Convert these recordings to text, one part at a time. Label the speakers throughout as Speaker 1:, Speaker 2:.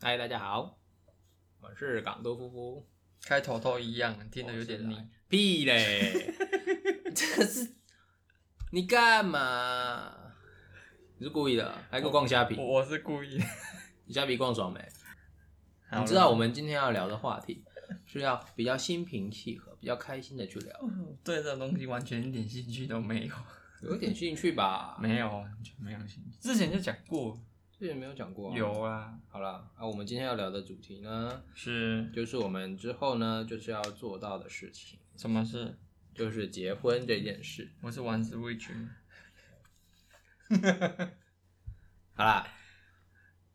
Speaker 1: 嗨，大家好，我们是港都夫妇。
Speaker 2: 开头都一样，听得有点腻。
Speaker 1: 屁 嘞！这是你干嘛？你是故意的？还给我逛虾皮
Speaker 2: 我？我是故意的。
Speaker 1: 你虾皮逛爽没？
Speaker 2: 哦 好了
Speaker 1: 你知道我们今天要聊的话题是要比较心平气和、比较开心的去聊，
Speaker 2: 对这种东西完全一点兴趣都没 有，
Speaker 1: 有一点兴趣吧？
Speaker 2: 没有，啊完全没有兴趣。之前就讲过，
Speaker 1: 之前没有讲过、啊。
Speaker 2: 有啊，
Speaker 1: 好啦，啊，我们今天要聊的主题呢，
Speaker 2: 是
Speaker 1: 就是我们之后呢就是要做到的事情，
Speaker 2: 什么事？
Speaker 1: 就是结婚这件事。
Speaker 2: 我是玩 Switch，
Speaker 1: 好啦，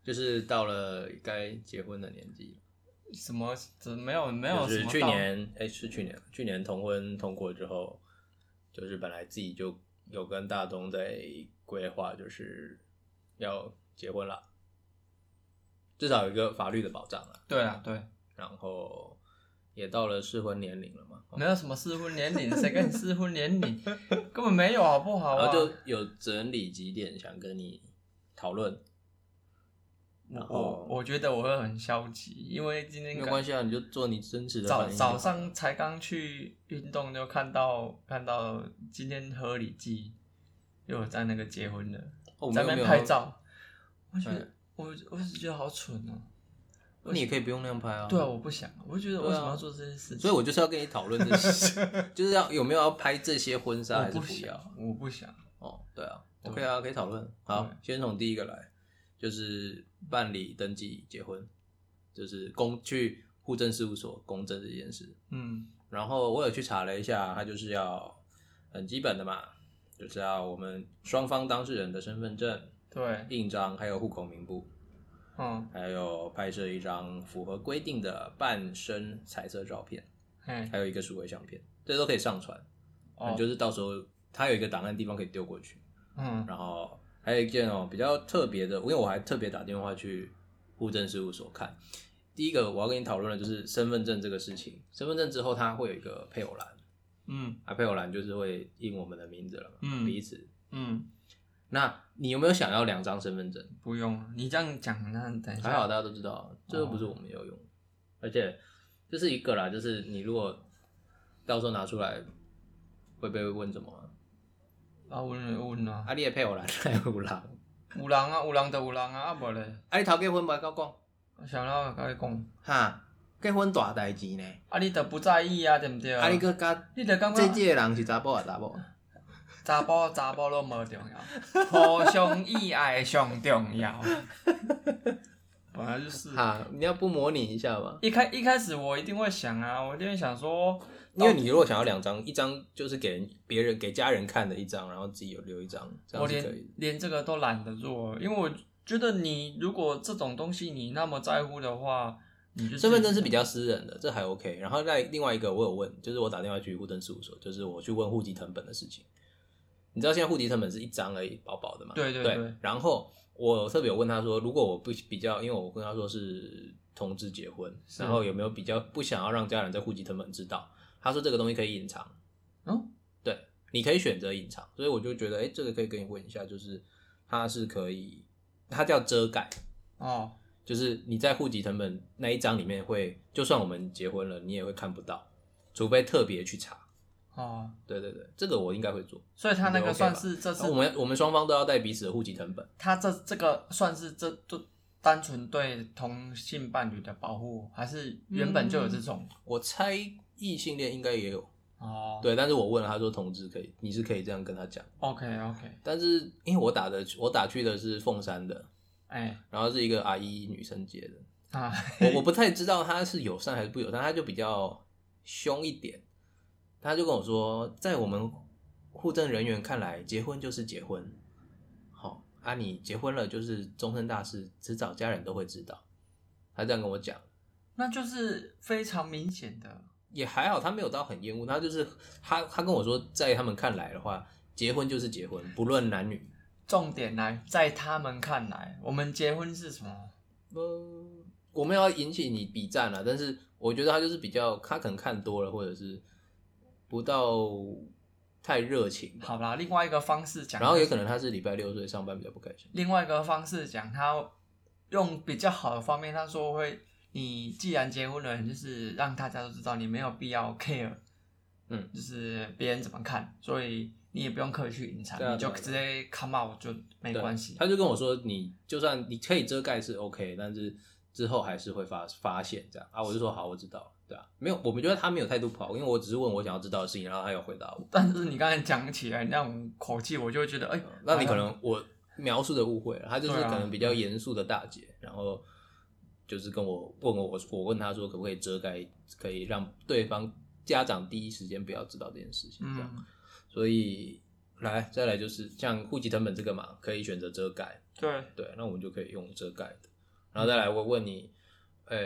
Speaker 1: 就是到了该结婚的年纪了，
Speaker 2: 什么？这没有没有
Speaker 1: 就
Speaker 2: 什
Speaker 1: 是
Speaker 2: 么道。
Speaker 1: 去年，哎、是去年，去年同婚通过之后，就是本来自己就有跟大东在规划，就是要结婚了，至少有一个法律的保障了，
Speaker 2: 对啊对，
Speaker 1: 然后也到了适婚年龄了嘛，
Speaker 2: 没有什么适婚年 龄，谁跟你适婚年龄？根本没有好不好
Speaker 1: 然
Speaker 2: 啊？
Speaker 1: 后就有整理几点想跟你讨论，
Speaker 2: 我
Speaker 1: 然
Speaker 2: 我
Speaker 1: 后
Speaker 2: 我觉得我会很消极，因为今天
Speaker 1: 没
Speaker 2: 感
Speaker 1: 关系啊，你就做你真实的
Speaker 2: 早
Speaker 1: 反应就好
Speaker 2: 早上才刚去运动，就看到看到今天和李记又有在那个结婚了，
Speaker 1: 哦我
Speaker 2: 在
Speaker 1: 们
Speaker 2: 那
Speaker 1: 又没有
Speaker 2: 边拍照，我觉
Speaker 1: 对
Speaker 2: 得我我只觉得好蠢哦、
Speaker 1: 那你也可以不用那样拍啊，
Speaker 2: 对啊，我不想，我就觉得
Speaker 1: 对啊
Speaker 2: 为什么要做这件事情？
Speaker 1: 所以我就是要跟你讨论这 些，就是要有没有要拍这些婚纱还
Speaker 2: 我
Speaker 1: 是
Speaker 2: 不
Speaker 1: 不要？
Speaker 2: 想，我不想。
Speaker 1: 哦，对啊
Speaker 2: 对嗯
Speaker 1: ，OK 啊，可以讨论。好
Speaker 2: 对，
Speaker 1: 先从第一个来，就是办理登记结婚，就是公去户政事务所公证这件事。
Speaker 2: 嗯，
Speaker 1: 然后我有去查了一下，它就是要很基本的嘛，就是要我们双方当事人的身份证、
Speaker 2: 对，
Speaker 1: 印章，还有户口名簿，
Speaker 2: 嗯，
Speaker 1: 还有拍摄一张符合规定的半身彩色照片，
Speaker 2: 嘿，
Speaker 1: 还有一个数位相片，这都可以上传。
Speaker 2: 哦，
Speaker 1: 你就是到时候它有一个档案地方可以丢过去。
Speaker 2: 嗯，
Speaker 1: 然后还有一件哦比较特别的，因为我还特别打电话去户政事务所看。第一个我要跟你讨论的就是身份证这个事情。身份证之后它会有一个配偶栏，
Speaker 2: 嗯，
Speaker 1: 啊配偶栏就是会印我们的名字了嘛，
Speaker 2: 嗯
Speaker 1: 彼此。
Speaker 2: 嗯，
Speaker 1: 那你有没有想要两张身份证？
Speaker 2: 不用了，你这样讲，那等一下，
Speaker 1: 还好大家都知道，
Speaker 2: 哦
Speaker 1: 这个不是我们要用的，而且这是一个啦，就是你如果到时候拿出来会被问什么啊？
Speaker 2: 啊，问了问了，
Speaker 1: 啊，你的配偶栏在 有啦，
Speaker 2: 有人啊，有人就有人啊，啊无嘞，
Speaker 1: 啊，你头结婚无甲我讲，
Speaker 2: 想到甲你讲，
Speaker 1: 哈，结婚大代志呢，
Speaker 2: 啊，你就不在意啊，对不对？
Speaker 1: 啊，你搁甲
Speaker 2: 你就感
Speaker 1: 这
Speaker 2: 觉
Speaker 1: 届人是查甫啊查某，
Speaker 2: 查甫查甫都无重要， 互相意爱上重要。本来就是。
Speaker 1: 哈，你要不模拟一下吗？
Speaker 2: 一开一开始我一定会想啊，我一定会想说，
Speaker 1: 因为你如果想要两张，一张就是给人别人给家人看的一张，然后自己有留一张，这
Speaker 2: 我
Speaker 1: 样是可以
Speaker 2: 连
Speaker 1: 的。
Speaker 2: 连这个都懒得做，因为我觉得你如果这种东西你那么在乎的话，你就
Speaker 1: 身份证
Speaker 2: 是
Speaker 1: 是比较私人的，这还 OK。然后再另外一个，我有问，就是我打电话去户政事务所，就是我去问户籍成本的事情。你知道现在户籍成本是一张而已，薄薄的嘛？
Speaker 2: 对
Speaker 1: 对
Speaker 2: 对对
Speaker 1: 然后我特别有问他说，如果我不比较，因为我跟他说是同志结婚，
Speaker 2: 是
Speaker 1: 然后有没有比较不想要让家人在户籍成本知道？他说这个东西可以隐藏，
Speaker 2: 嗯，
Speaker 1: 对，你可以选择隐藏。所以我就觉得，哎、这个可以跟你问一下，就是它是可以，它叫遮盖，
Speaker 2: 哦，
Speaker 1: 就是你在户籍成本那一章里面会，就算我们结婚了，你也会看不到，除非特别去查。
Speaker 2: 哦，
Speaker 1: 对对对，这个我应该会做。
Speaker 2: 所以他那
Speaker 1: 你就
Speaker 2: 个
Speaker 1: OK
Speaker 2: 算
Speaker 1: 吧
Speaker 2: 是这次
Speaker 1: 我们我们双方都要带彼此的户籍成本，
Speaker 2: 他这这个算是这就单纯对同性伴侣的保护，还是原本就有这种？
Speaker 1: 我猜异性恋应该也有。
Speaker 2: 哦，
Speaker 1: 对，但是我问了，他说同志可以，你是可以这样跟他讲。
Speaker 2: ，OK OK，
Speaker 1: 但是因为我打的我打去的是凤山的，
Speaker 2: 哎、
Speaker 1: 然后是一个阿姨女生接的，
Speaker 2: 啊，
Speaker 1: 我我不太知道她是友善还是不友善，她就比较凶一点，她就跟我说，在我们户政人员看来，结婚就是结婚，好、啊，你结婚了就是终身大事，迟早家人都会知道。她这样跟我讲，
Speaker 2: 那就是非常明显的，
Speaker 1: 也还好，她没有到很厌恶，她就是她她跟我说，在他们看来的话，结婚就是结婚，不论男女。
Speaker 2: 重点来，在他们看来，我们结婚是什么？
Speaker 1: 呃，我们要引起你比战了，但是我觉得他就是比较，他可能看多了，或者是不到太热情吧。
Speaker 2: 好啦，另外一个方式讲，
Speaker 1: 然后也可能他是礼拜六，所以上班比较不开心。
Speaker 2: 另外一个方式讲，他用比较好的方面，他说会，你既然结婚了，你就是让大家都知道你没有必要 care，
Speaker 1: 嗯，
Speaker 2: 就是别人怎么看，所以你也不用刻意去隐藏，
Speaker 1: 对啊
Speaker 2: 你就
Speaker 1: 对啊
Speaker 2: 直接 come out 就没
Speaker 1: 对啊
Speaker 2: 关系。
Speaker 1: 他就跟我说，你就算你可以遮盖是 OK，但是之后还是会发发现这样啊。我就说好，我知道了，对啊，没有，我们觉得他没有态度不好，因为我只是问我想要知道的事情，然后他有回答我，
Speaker 2: 但是你刚才讲起来那种口气，我就会觉得，哎、
Speaker 1: 那你可能我描述的误会了，他就是
Speaker 2: 对啊
Speaker 1: 可能比较严肃的大姐，然后就是跟我问我我我问他说可不可以遮盖，可以让对方家长第一时间不要知道这件事情这样。
Speaker 2: 嗯，
Speaker 1: 所以来再来就是像户籍成本这个嘛，可以选择遮盖，
Speaker 2: 对，
Speaker 1: 对，那我们就可以用遮盖的。然后再来，我问你，呃、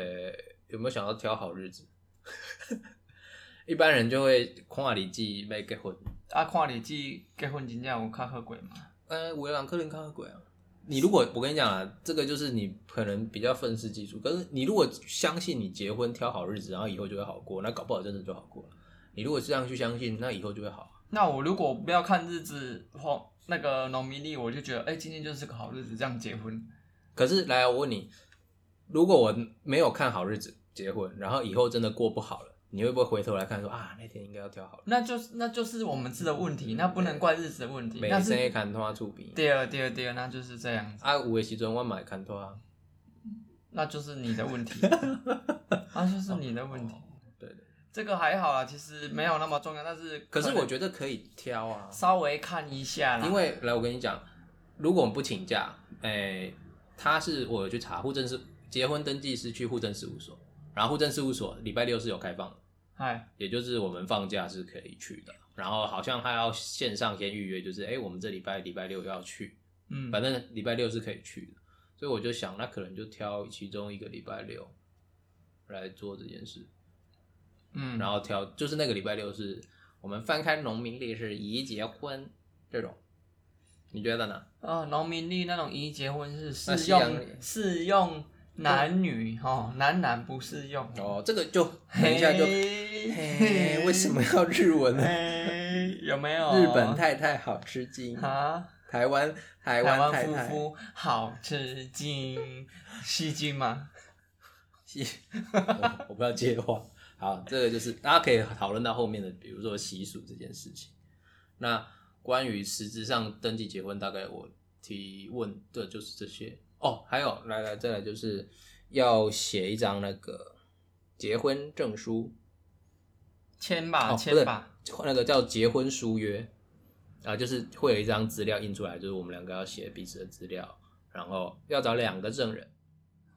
Speaker 1: 有没有想要挑好日子？ 一般人就会跨里记要结婚，
Speaker 2: 啊，看你记结婚真正有较好过嘛？
Speaker 1: 呃，维朗克林看鬼啊。你如果我跟你讲啊，这个就是你可能比较愤世嫉俗，可是你如果相信你结婚挑好日子，然后以后就会好过，那搞不好真的就好过了。你如果这样去相信，那以后就会好啊。
Speaker 2: 那我如果不要看日子或那个农民历，我就觉得，哎、今天就是个好日子，这样结婚。
Speaker 1: 可是来，啊我问你，如果我没有看好日子结婚，然后以后真的过不好了，你会不会回头来看说啊，那天应该要挑好日子？
Speaker 2: 那就是那就是我们自己的问
Speaker 1: 嗯
Speaker 2: 题，那不能怪日子的问题，
Speaker 1: 每
Speaker 2: 那
Speaker 1: 生也
Speaker 2: 是
Speaker 1: 看拖厝边，
Speaker 2: 对啊对啊对啊，那就是这样子，
Speaker 1: 啊，有的时阵我嘛会看拖啊。
Speaker 2: 那就是你的 问题，那就是你的问题。
Speaker 1: 哦对对。
Speaker 2: 这个还好啦，其实没有那么重要，但是
Speaker 1: 可是我
Speaker 2: 得
Speaker 1: 觉得可以挑啊，
Speaker 2: 稍微看一下啦，
Speaker 1: 因为来我跟你讲，如果我们不请假，诶、他是我有去查户政事结婚登记是去户政事务所，然后户政事务所礼拜六是有开放的，
Speaker 2: 哎，
Speaker 1: 也就是我们放假是可以去的。然后好像还要线上先预约，就是诶、我们这礼拜礼拜六要去，
Speaker 2: 嗯，
Speaker 1: 反正礼拜六是可以去的，所以我就想，那可能就挑其中一个礼拜六来做这件事，
Speaker 2: 嗯，
Speaker 1: 然后挑就是那个礼拜六是我们翻开农民历是宜结婚这种，你觉得呢？
Speaker 2: 呃，农民历那种宜结婚是
Speaker 1: 那
Speaker 2: 适
Speaker 1: 西洋
Speaker 2: 用适用男女哦，男男不适用。
Speaker 1: 哦，这个就等一下就，
Speaker 2: 嘿
Speaker 1: 嘿，为什么要日文呢？
Speaker 2: 嘿哎有没有
Speaker 1: 日本太太好吃惊，
Speaker 2: 啊？
Speaker 1: 台湾台
Speaker 2: 台
Speaker 1: 湾
Speaker 2: 湾
Speaker 1: 太
Speaker 2: 夫
Speaker 1: 太
Speaker 2: 妇好吃惊，吸睛吗？
Speaker 1: 习， 我我不要接话。好，这个就是大家可以讨论到后面的，比如说习俗这件事情。那关于实质上登记结婚，大概我提问的就是这些哦。还有，来来，再来就是要写一张那个结婚证书，
Speaker 2: 签
Speaker 1: 哦
Speaker 2: 吧，
Speaker 1: 不
Speaker 2: 啊签
Speaker 1: 是
Speaker 2: 吧，
Speaker 1: 那个叫结婚书约啊，就是会有一张资料印出来，就是我们两个要写彼此的资料，然后要找两个证人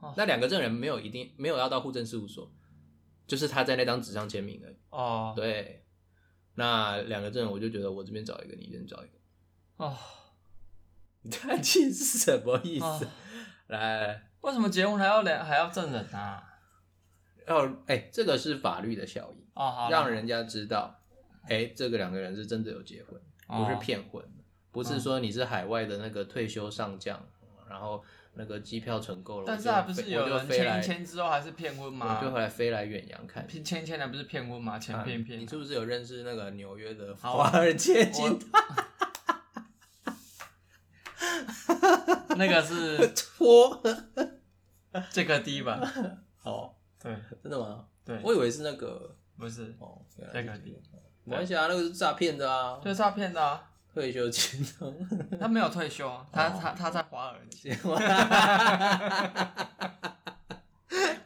Speaker 2: 哦。
Speaker 1: 那两个证人没有一定没有要到户政事务所，就是他在那张纸上签名而已。
Speaker 2: 哦，
Speaker 1: 对，那两个证人我就觉得我这边找一个，你这边找一个，
Speaker 2: 哦，
Speaker 1: 你叹气是什么意思？
Speaker 2: 哦
Speaker 1: 来来，来
Speaker 2: 为什么结婚还要两还要证人啊？
Speaker 1: 要哎、这个是法律的效应，
Speaker 2: 哦，好啦，
Speaker 1: 让人家知道，哎、这个两个人是真的有结婚。不是
Speaker 2: 哦，嗯
Speaker 1: 骗婚，不是说你是海外的那个退休上将，然后那个机票存够了，
Speaker 2: 但是
Speaker 1: 我就
Speaker 2: 还不是
Speaker 1: 飞
Speaker 2: 有
Speaker 1: 我就
Speaker 2: 人
Speaker 1: 飞
Speaker 2: 签
Speaker 1: 来
Speaker 2: 一，签之后还是骗婚吗
Speaker 1: 我？就回来飞来远洋看。
Speaker 2: 骗签签的不是骗婚吗？钱
Speaker 1: 啊
Speaker 2: 骗骗
Speaker 1: 你。是不是有认识那个纽约的
Speaker 2: 好啊
Speaker 1: 华尔街金
Speaker 2: 那个是
Speaker 1: 托？
Speaker 2: 这个低吧？
Speaker 1: 哦，
Speaker 2: 对
Speaker 1: 真的吗？
Speaker 2: 对，
Speaker 1: 我以为是那个
Speaker 2: 不是，
Speaker 1: 哦，
Speaker 2: 这
Speaker 1: 原来
Speaker 2: 个
Speaker 1: 是
Speaker 2: 低，
Speaker 1: 没关系啊，那个是诈骗的啊，
Speaker 2: 就是诈骗的啊。
Speaker 1: 退休金。啊
Speaker 2: 他没有退休啊，他他他在华尔街，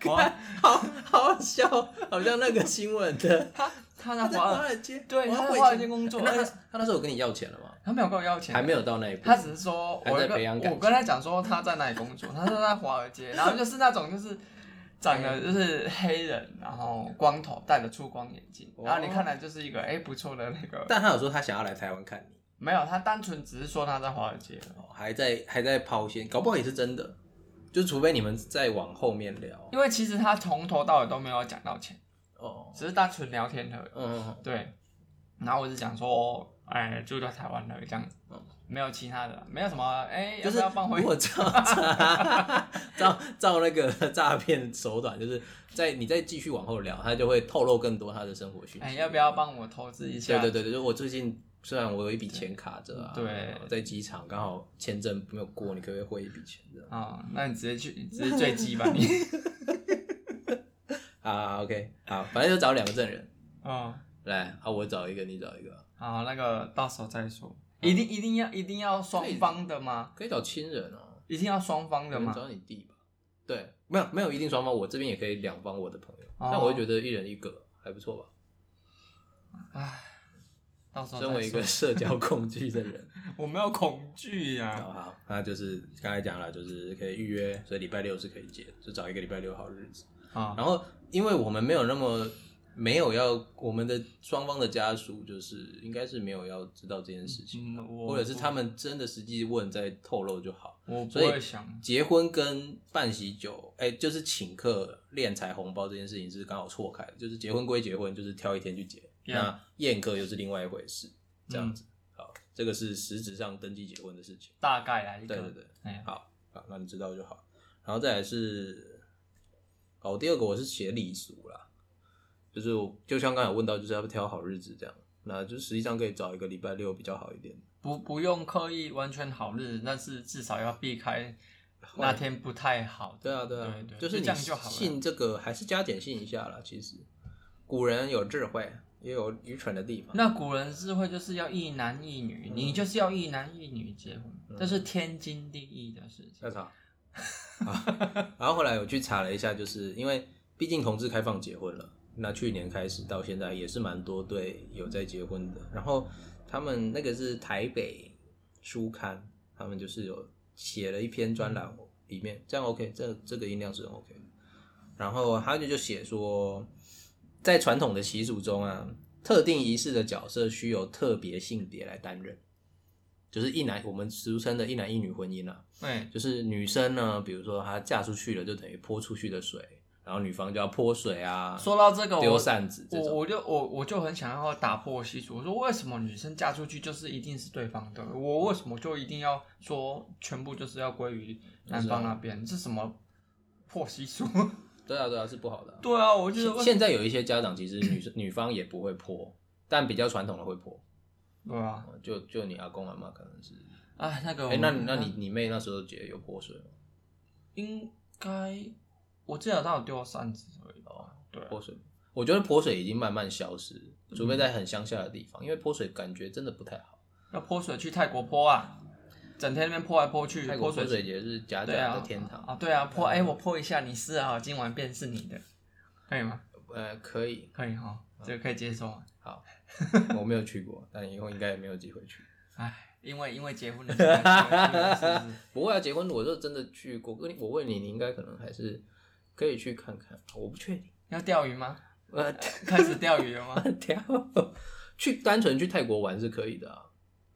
Speaker 1: 哇， 好好笑，好像那个新闻的。
Speaker 2: 他 他在
Speaker 1: 他在
Speaker 2: 华
Speaker 1: 华
Speaker 2: 尔，
Speaker 1: 尔街，
Speaker 2: 对，他
Speaker 1: 要
Speaker 2: 在
Speaker 1: 汇
Speaker 2: 华尔
Speaker 1: 钱
Speaker 2: 街工作，
Speaker 1: 那他
Speaker 2: 而且
Speaker 1: 他那时候有跟你要钱了吗？
Speaker 2: 他没有跟我要钱，
Speaker 1: 还没有到那一步，
Speaker 2: 他只是说，
Speaker 1: 还在
Speaker 2: 我跟
Speaker 1: 培养感情
Speaker 2: 我跟他讲说他在哪里工作，他说在华尔 街，然后就是那种就是长得就是黑人，然后光头，戴着粗光眼镜，
Speaker 1: 哦
Speaker 2: 然后你看来就是一个哎不错的那个，
Speaker 1: 但他有说他想要来台湾看你，
Speaker 2: 没有，他单纯只是说他在华尔街，
Speaker 1: 哦还在还在抛线，搞不好也是真的，就除非你们再往后面聊
Speaker 2: 因为其实他从头到尾都没有讲到钱，
Speaker 1: 哦，
Speaker 2: 只是啊单纯聊天而已，
Speaker 1: 嗯，
Speaker 2: 对，然后我只讲说，哎，住在台湾了这样子
Speaker 1: 嗯，
Speaker 2: 没有其他的，没有什么，哎，
Speaker 1: 就是
Speaker 2: 要不要放回
Speaker 1: 如果照照 照那个诈骗手段，就是在你再继续往后聊，他就会透露更多他的生活讯息。
Speaker 2: 哎哎，要不要帮我投资一下？
Speaker 1: 对对对对，就我最近虽然我有一笔钱卡着啊，
Speaker 2: 对
Speaker 1: 然后在机场刚好签证没有过，你可不可以汇一笔钱这样
Speaker 2: 啊、那你直接去，你直接坠机吧 你。
Speaker 1: 啊？OK，好，反正就找两个证人
Speaker 2: 嗯，
Speaker 1: 来啊，我找一个，你找一个，
Speaker 2: 好，那个到时候再说。一定一定要一定要双方的
Speaker 1: 嗯
Speaker 2: 吗？
Speaker 1: 可以找亲人哦，
Speaker 2: 一定要双方的
Speaker 1: 可能
Speaker 2: 吗？
Speaker 1: 找你弟吧。对，没有没有一定双方，我这边也可以两方我的朋友，
Speaker 2: 哦
Speaker 1: 但我会觉得一人一个还不错吧。
Speaker 2: 唉，到时候
Speaker 1: 身为一
Speaker 2: 再
Speaker 1: 个
Speaker 2: 说，
Speaker 1: 社交恐惧的人，
Speaker 2: 我没有恐惧啊 呀、
Speaker 1: 好好，那就是刚才讲了，就是可以预约，所以礼拜六是可以接，就找一个礼拜六好日子。
Speaker 2: 啊。
Speaker 1: 然后，因为我们没有那么没有要我们的双方的家属，就是应该是没有要知道这件事情，
Speaker 2: 嗯，我
Speaker 1: 或者是他们真的实际问再透露就好。
Speaker 2: 我不
Speaker 1: 所以
Speaker 2: 会想，
Speaker 1: 结婚跟办喜酒，哎、就是请客、敛财红包这件事情是刚好错开的，就是结婚归结婚，就是挑一天去结
Speaker 2: Yeah 嗯
Speaker 1: 那宴客又是另外一回事，这样子。好，这个是实质上登记结婚的事情。
Speaker 2: 大概来一个，
Speaker 1: 对对对，
Speaker 2: 哎呀
Speaker 1: 好，好，那你知道就好。然后再来是，哦，第二个我是写礼俗啦，就是我就像刚才有问到，就是要挑好日子这样，那就实际上可以找一个礼拜六比较好一点。
Speaker 2: 不不用刻意完全好日，但是至少要避开那天不太好的。
Speaker 1: 对啊，对啊，
Speaker 2: 对对，
Speaker 1: 就
Speaker 2: 就是
Speaker 1: 你
Speaker 2: 这样就好了。
Speaker 1: 信这个还是加减信一下啦。其实古人有智慧，也有愚蠢的地方。
Speaker 2: 那古人智慧就是要一男一
Speaker 1: 嗯
Speaker 2: 女，你就是要一男一女结婚，这是天经地义的事情
Speaker 1: 要。查。 好然后后来我去查了一下，就是因为毕竟同志开放结婚了，那去年开始到现在也是蛮多对有在结婚的。然后他们那个是台北书刊，他们就是有写了一篇专栏，里面这样 OK，这这个音量是很 OK 的。然后他就就写说，在传统的习俗中啊，特定仪式的角色需由特别性别来担任，就是一男我们俗称的一男一女婚姻啊。
Speaker 2: 对，
Speaker 1: 就是女生呢，比如说她嫁出去了，就等于泼出去的水，然后女方就要泼水啊，
Speaker 2: 说到这个，
Speaker 1: 丢
Speaker 2: 我
Speaker 1: 扇子这
Speaker 2: 我
Speaker 1: 种。
Speaker 2: 我就我我就很想要打破习俗，我说为什么女生嫁出去就是一定是对方的？我为什么就一定要说全部就是要归于男方那边？这什么破习俗？
Speaker 1: 对啊，对啊，是不好的啊、
Speaker 2: 对啊，我就是
Speaker 1: 现现在有一些家长其实女生女方也不会泼，但比较传统的会泼，嗯
Speaker 2: 对啊，
Speaker 1: 就就你阿公阿妈可能是。
Speaker 2: 哎，那个我
Speaker 1: 哎、
Speaker 2: 们，
Speaker 1: 那那你你妹那时候姐有泼水吗？
Speaker 2: 应该我记得他有丢扇子而已吧？对啊，
Speaker 1: 泼水，我觉得泼水已经慢慢消失，除非在很乡下的地方，因为泼水感觉真的不太好。
Speaker 2: 要泼水去泰国泼啊，整天那边泼来嗯泼去，
Speaker 1: 泰国泼
Speaker 2: 水
Speaker 1: 水节是假
Speaker 2: 对
Speaker 1: 假
Speaker 2: 啊
Speaker 1: 的天堂，嗯
Speaker 2: 啊，对啊，泼哎、我泼一下你湿啊，今晚便是你的，可以吗？
Speaker 1: 呃，可以，
Speaker 2: 可以哈，这个可以接受啊。
Speaker 1: 好，我没有去过，但以后应该也没有机会去。
Speaker 2: 唉，因为因为结婚的是不是？
Speaker 1: 不会啊，结婚我就真的去过。跟你我问你，你应该可能还是可以去看看，我不确定。
Speaker 2: 要钓 鱼吗？
Speaker 1: 呃，
Speaker 2: 开始钓鱼了吗？
Speaker 1: 跳去单纯去泰国玩是可以的啊。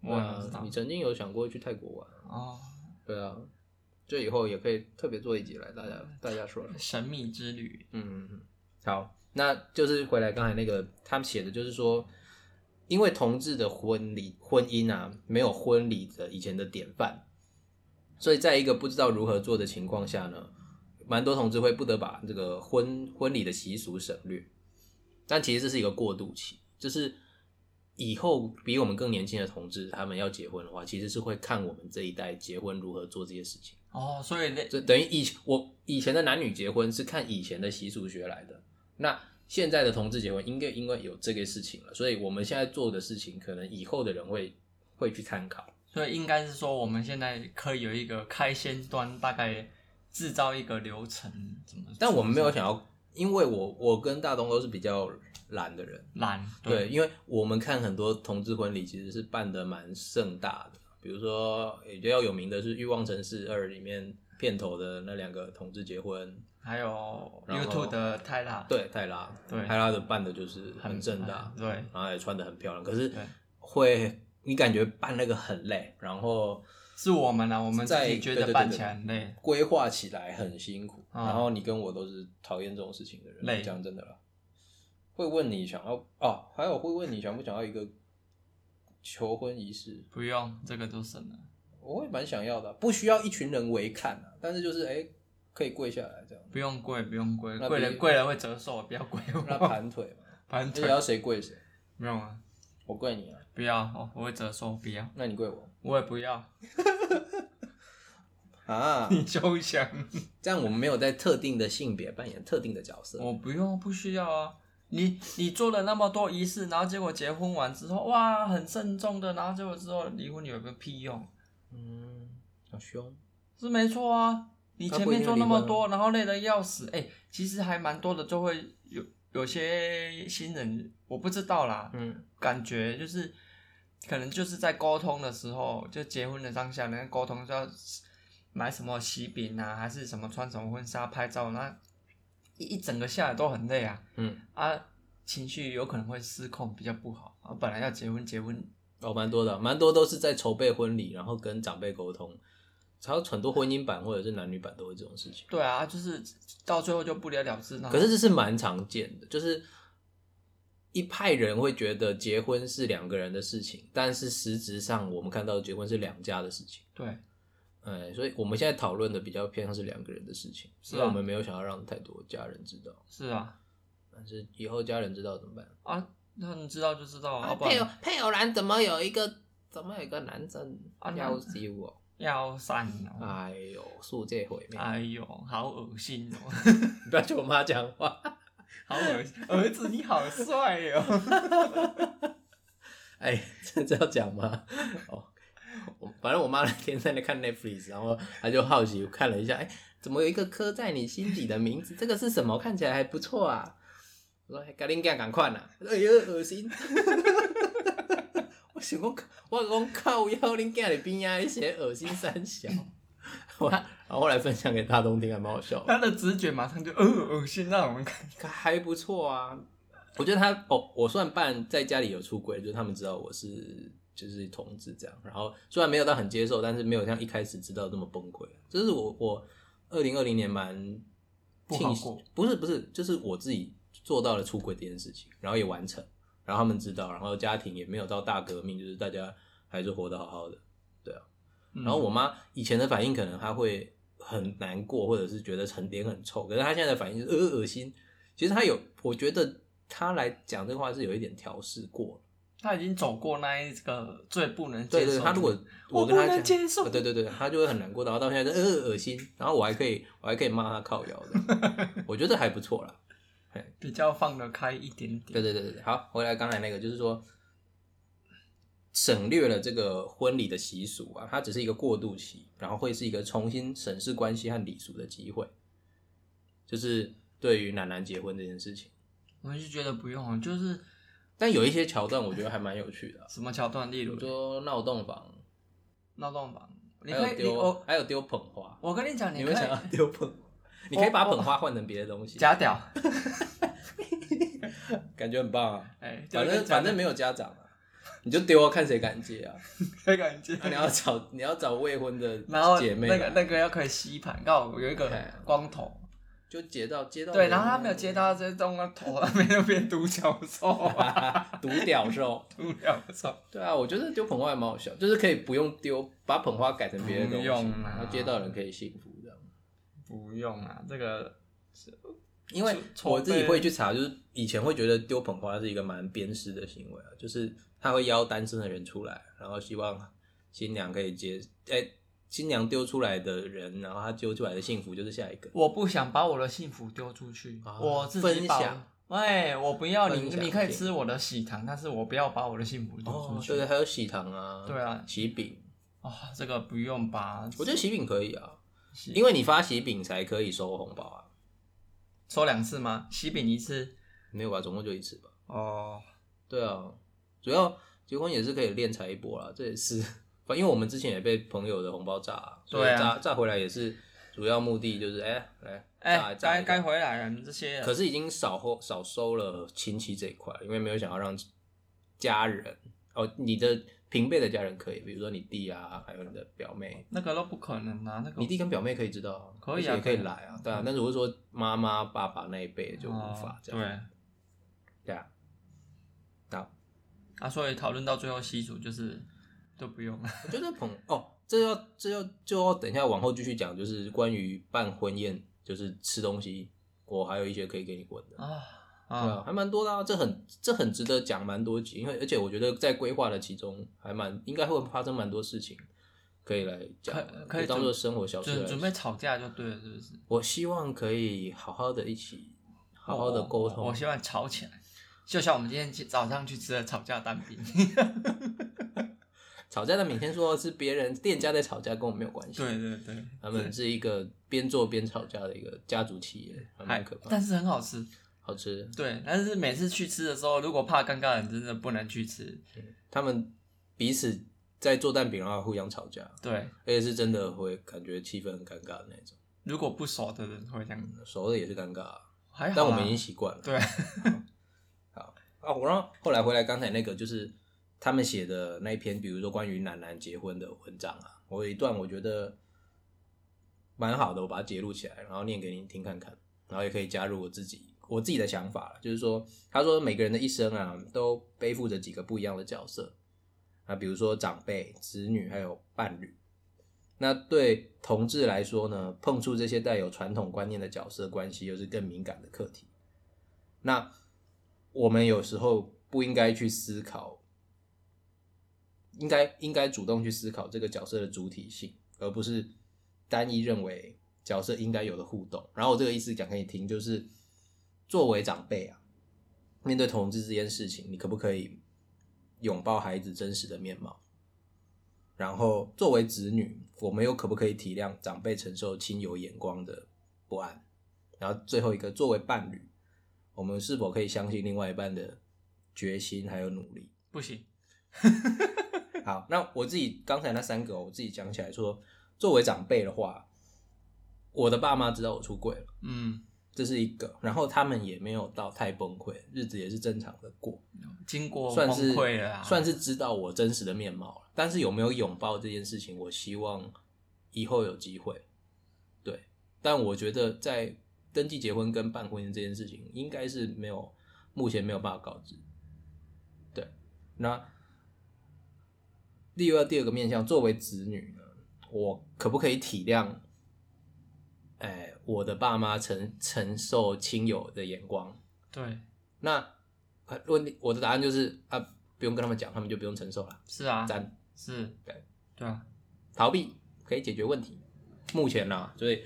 Speaker 2: 我哪知
Speaker 1: 啊
Speaker 2: 道
Speaker 1: 你曾经有想过去泰国玩？
Speaker 2: 哦，
Speaker 1: 对啊，这以后也可以特别做一集来大家大家说说。
Speaker 2: 神秘之旅。
Speaker 1: 嗯，嗯嗯，好，那就是回来刚才那个他们写的，就是说，因为同志的婚礼婚姻啊，没有婚礼的以前的典范，所以在一个不知道如何做的情况下呢，蛮多同志会不得把这个婚婚礼的习俗省略，但其实这是一个过渡期，就是。以后比我们更年轻的同志，他们要结婚的话，其实是会看我们这一代结婚如何做这些事情。
Speaker 2: 哦，所以那
Speaker 1: 这等于以前我以前的男女结婚是看以前的习俗学来的，那现在的同志结婚应该因为有这个事情了，所以我们现在做的事情，可能以后的人会会去参考。
Speaker 2: 所以应该是说，我们现在可以有一个开先端，大概制造一个流程，怎么？
Speaker 1: 但我们没有想要，因为我我跟大东都是比较懒的人，
Speaker 2: 懒，
Speaker 1: 对，因为我们看很多同志婚礼其实是办的蛮盛大的，比如说比较有名的是《欲望城市二》里面片头的那两个同志结婚，
Speaker 2: 还有
Speaker 1: 然后
Speaker 2: YouTube 的泰拉，
Speaker 1: 对泰拉，
Speaker 2: 对
Speaker 1: 泰拉的办的就是很盛大，
Speaker 2: 嗯对，
Speaker 1: 然后也穿的很漂亮，可是
Speaker 2: 对
Speaker 1: 会你感觉办那个很累，然后
Speaker 2: 是我们啊，我们自
Speaker 1: 在
Speaker 2: 己觉
Speaker 1: 对对
Speaker 2: 得
Speaker 1: 对
Speaker 2: 办
Speaker 1: 对
Speaker 2: 起来很累，
Speaker 1: 规划起来很辛苦。
Speaker 2: 嗯
Speaker 1: 然后你跟我都是讨厌这种事情的人，
Speaker 2: 累
Speaker 1: 讲真的啦，会问你想要哦，还有会问你想不想要一个求婚仪式，
Speaker 2: 不用这个都省了。
Speaker 1: 我会蛮想要的，啊不需要一群人围看啊，但是就是哎可以跪下来这样，
Speaker 2: 不用跪，不用跪，
Speaker 1: 那
Speaker 2: 跪了
Speaker 1: 比
Speaker 2: 跪了会折寿，不要跪
Speaker 1: 那
Speaker 2: 我。
Speaker 1: 盘腿嘛，
Speaker 2: 盘
Speaker 1: 而且
Speaker 2: 腿
Speaker 1: 要谁跪谁。
Speaker 2: 没有啊，
Speaker 1: 我跪你啊，
Speaker 2: 不要哦，我会折寿，不要，
Speaker 1: 那你跪我
Speaker 2: 我也不要，
Speaker 1: 啊？
Speaker 2: 你休想，
Speaker 1: 这样我们没有在特定的性别扮演特定的角色。
Speaker 2: 我不用，不需要啊。你你做了那么多仪式，然后结果结婚完之后，哇，很慎重的，然后结果之后离婚有个屁用？
Speaker 1: 嗯，好凶。
Speaker 2: 是没错啊，你
Speaker 1: 他
Speaker 2: 前
Speaker 1: 不一
Speaker 2: 面
Speaker 1: 定会
Speaker 2: 做那
Speaker 1: 离
Speaker 2: 么
Speaker 1: 婚啊
Speaker 2: 多，然后累得要死，哎、其实还蛮多的，就会有有些新人，我不知道啦，
Speaker 1: 嗯，
Speaker 2: 感觉就是可能就是在沟通的时候，就结婚的当下，人家沟通就要买什么喜饼啊，还是什么穿什么婚纱拍照，那一一整个下来都很累啊，
Speaker 1: 嗯，
Speaker 2: 啊，情绪有可能会失控，比较不好。啊，本来要结婚，结婚
Speaker 1: 哦，蛮多的，蛮多都是在筹备婚礼，然后跟长辈沟通，还有很多婚姻版或者是男女版都会这种事情。
Speaker 2: 对啊，就是到最后就不了了之。然后
Speaker 1: 可是这是蛮常见的，就是一派人会觉得结婚是两个人的事情，但是实质上我们看到结婚是两家的事情。
Speaker 2: 对，
Speaker 1: 哎，所以我们现在讨论的比较偏向是两个人的事情，
Speaker 2: 是
Speaker 1: 因
Speaker 2: 啊
Speaker 1: 为我们没有想要让太多家人知道，
Speaker 2: 是啊，
Speaker 1: 但是以后家人知道怎么办？
Speaker 2: 啊，那你知道就知道啊，要不
Speaker 1: 配偶
Speaker 2: 然
Speaker 1: 配偶栏怎么有一个怎么有一个男生
Speaker 2: 啊男
Speaker 1: 要死我？
Speaker 2: 要散哦。
Speaker 1: 哎呦，世界毁灭！
Speaker 2: 哎呦，好恶心哦！
Speaker 1: 你啊不要跟我妈讲话。
Speaker 2: 好恶心，儿子你好帅哦！
Speaker 1: 哎， 这这要讲吗？哦，我反正我妈那天在那看 Netflix，然后她就好奇看了一下，哎，怎么有一个刻在你心底的名字？这个是什么？看起来还不错啊。我说：“赶紧赶赶快呐！”她说哎呦，恶心！ 我想讲，我讲靠腰，你干你边啊一些恶心三小。 我然后后来分享给大东听，还蛮好笑的。
Speaker 2: 他的直觉马上就呃恶心，让我们看。
Speaker 1: 还不错啊。我觉得他哦，我算半在家里有出轨，就是他们知道我是就是同志这样。然后虽然没有到很接受，但是没有像一开始知道这么崩溃。啊就是我我二零二零年蛮
Speaker 2: 不好
Speaker 1: 庆幸
Speaker 2: 过，
Speaker 1: 不是不是，就是我自己做到了出轨这件事情，然后也完成，然后他们知道，然后家庭也没有到大革命，就是大家还是活得好好的。
Speaker 2: 嗯
Speaker 1: 然后我妈以前的反应可能她会很难过，或者是觉得很脸很臭，可是她现在的反应就是呃恶心。其实她有，我觉得她来讲这话是有一点调试过了。
Speaker 2: 他已经走过那一个最不能
Speaker 1: 对
Speaker 2: 接受的。
Speaker 1: 对，她如果
Speaker 2: 我
Speaker 1: 跟她
Speaker 2: 不能
Speaker 1: 讲
Speaker 2: 接受
Speaker 1: 呃对对对，她就会很难过，然后到现在就呃恶心，然后我还可以我还可以骂她靠腰的， 我觉得还不错啦。
Speaker 2: 比较放得开一点点，
Speaker 1: 对对对对，对好，回来刚才那个就是说。省略了这个婚礼的习俗啊，它只是一个过渡期，然后会是一个重新审视关系和礼俗的机会。就是对于男男结婚这件事情，
Speaker 2: 我就觉得不用，哦就是
Speaker 1: 但有一些桥段我觉得还蛮有趣的啊、
Speaker 2: 什么桥段，例
Speaker 1: 比
Speaker 2: 如
Speaker 1: 如说闹洞房，
Speaker 2: 闹洞房，你
Speaker 1: 还
Speaker 2: 可
Speaker 1: 有
Speaker 2: 以，你
Speaker 1: 丢
Speaker 2: 我，
Speaker 1: 还有丢捧花。
Speaker 2: 我跟你讲，
Speaker 1: 你
Speaker 2: 可
Speaker 1: 们想要
Speaker 2: 以
Speaker 1: 丢捧？你可以把
Speaker 2: 我我
Speaker 1: 捧花换成别的东西，
Speaker 2: 假屌，
Speaker 1: 感觉很棒啊。
Speaker 2: 哎，
Speaker 1: 反正反正没有家长啊，你就丢啊，看谁敢接啊。
Speaker 2: 有感觉，
Speaker 1: 那你要找你要找未婚的
Speaker 2: 然后
Speaker 1: 姐妹啊
Speaker 2: 那个
Speaker 1: 来
Speaker 2: 那个要可以吸盘，刚好有一个
Speaker 1: 哎
Speaker 2: 光头，
Speaker 1: 就接到接到
Speaker 2: 对，然后他没有接到这种啊头，他没有变独角兽，啊
Speaker 1: 独屌 兽，
Speaker 2: 独角兽，
Speaker 1: 对啊，我觉得丢捧花还蛮好笑，就是可以不用丢，把捧花改成别的东
Speaker 2: 不
Speaker 1: 西，
Speaker 2: 用啊
Speaker 1: 然后接到人可以幸福这样。
Speaker 2: 不用啊，这个
Speaker 1: 因为
Speaker 2: 筹
Speaker 1: 我自己
Speaker 2: 备
Speaker 1: 会去查，就是以前会觉得丢捧花是一个蛮鞭尸的行为啊，就是他会邀单身的人出来，然后希望新娘可以接，哎、新娘丢出来的人，然后他丢出来的幸福就是下一个。
Speaker 2: 我不想把我的幸福丢出去，
Speaker 1: 啊
Speaker 2: 我自己把
Speaker 1: 分享。
Speaker 2: 哎，我不要你
Speaker 1: 分，享
Speaker 2: 你可以吃我的喜糖，但是我不要把我的幸福丢出
Speaker 1: 哦，
Speaker 2: 去。
Speaker 1: 对对，还有喜糖啊，
Speaker 2: 对啊
Speaker 1: 喜饼，
Speaker 2: 哦，这个不用吧？
Speaker 1: 我觉得喜饼可以啊，
Speaker 2: 喜
Speaker 1: 因为你发喜饼才可以收红包啊，
Speaker 2: 收两次吗？喜饼一次。
Speaker 1: 没有吧？总共就一次吧。
Speaker 2: 哦，
Speaker 1: 对啊，主要结婚也是可以练财一波啦，这也是，反正因为我们之前也被朋友的红包炸、所以
Speaker 2: 对啊
Speaker 1: 炸炸回来也是主要目的就是，哎、来，
Speaker 2: 哎，
Speaker 1: 炸
Speaker 2: 该
Speaker 1: 一下
Speaker 2: 该回来了，你这些人
Speaker 1: 可是已经少后少收了亲戚这一块，因为没有想要让家人哦，你的平辈的家人可以，比如说你弟啊，还有你的表妹，
Speaker 2: 那个都不可能啊，那个
Speaker 1: 你弟跟表妹可以知道啊，
Speaker 2: 可以啊
Speaker 1: 而且也可以
Speaker 2: 可以
Speaker 1: 来啊，对啊，但是我是说妈妈爸爸那一辈就无法
Speaker 2: 哦
Speaker 1: 这样，
Speaker 2: 对
Speaker 1: 对啊，好。
Speaker 2: 啊，所以讨论到最后习俗就是都不用了。
Speaker 1: 我觉得捧哦，这要这要就要等一下往后继续讲，就是关于办婚宴，就是吃东西，我还有一些可以给你问的。
Speaker 2: 啊
Speaker 1: 对啊
Speaker 2: 啊，，
Speaker 1: 还蛮多的、啊，这很这很值得讲蛮多集，因为而且我觉得在规划的其中还蛮应该会发生蛮多事情可以来讲
Speaker 2: 可，可以
Speaker 1: 就当做
Speaker 2: 准
Speaker 1: 生活小事
Speaker 2: 准
Speaker 1: 来
Speaker 2: 准备吵架就对了，是不是？
Speaker 1: 我希望可以好好的一起，好好的沟
Speaker 2: 我
Speaker 1: 通。
Speaker 2: 哦我希望吵起来，就像我们今天去早上去吃的吵架蛋饼。
Speaker 1: 吵架的每天说是别人店家在吵架，跟我没有关系。
Speaker 2: 对，对对，
Speaker 1: 他们是一个边做边吵架的一个家族企业，还蛮可怕
Speaker 2: 但。是很好吃。
Speaker 1: 好吃，
Speaker 2: 对，但是每次去吃的时候，如果怕尴尬，你真的不能去吃。
Speaker 1: 他们彼此在做蛋饼，然后互相吵架，
Speaker 2: 对，
Speaker 1: 而且是真的会感觉气氛很尴尬的那种，
Speaker 2: 如果不熟的人会这样，
Speaker 1: 熟了也是尴尬啊，
Speaker 2: 还哎好啦。
Speaker 1: 但我们已经习惯了。
Speaker 2: 对，
Speaker 1: 啊，我让后来回来刚才那个就是他们写的那一篇，比如说关于楠楠结婚的文章啊，我有一段我觉得蛮好的，我把它截录起来，然后念给你听看看，然后也可以加入我自己我自己的想法，就是说他说每个人的一生啊，都背负着几个不一样的角色啊，比如说长辈、子女还有伴侣。那对同志来说呢，碰触这些带有传统观念的角色关系，又是更敏感的课题。那我们有时候不应该去思考，应该应该主动去思考这个角色的主体性，而不是单一认为角色应该有的互动。然后我这个意思讲给你听，就是作为长辈啊，面对同志这件事情，你可不可以拥抱孩子真实的面貌？然后作为子女，我们又可不可以体谅长辈承受亲友眼光的不安？然后最后一个，作为伴侣，我们是否可以相信另外一半的决心还有努力？
Speaker 2: 不行。
Speaker 1: 好，那我自己刚才那三个，我自己讲起来说，作为长辈的话，我的爸妈知道我出柜了，
Speaker 2: 嗯，
Speaker 1: 这是一个，然后他们也没有到太崩溃，日子也是正常的过，
Speaker 2: 经过崩
Speaker 1: 算是
Speaker 2: 溃了啊，
Speaker 1: 算是知道我真实的面貌了。但是有没有拥抱这件事情，我希望以后有机会。对，但我觉得在登记结婚跟办婚姻这件事情，应该是没有目前没有办法告知。对，那第二第二个面向，作为子女呢，我可不可以体谅？哎，我的爸妈承承受亲友的眼光，
Speaker 2: 对，
Speaker 1: 那呃问题我的答案就是啊，不用跟他们讲，他们就不用承受了。
Speaker 2: 是啊，
Speaker 1: 咱
Speaker 2: 是
Speaker 1: 对，
Speaker 2: 对啊，
Speaker 1: 逃避可以解决问题，目前呢、所以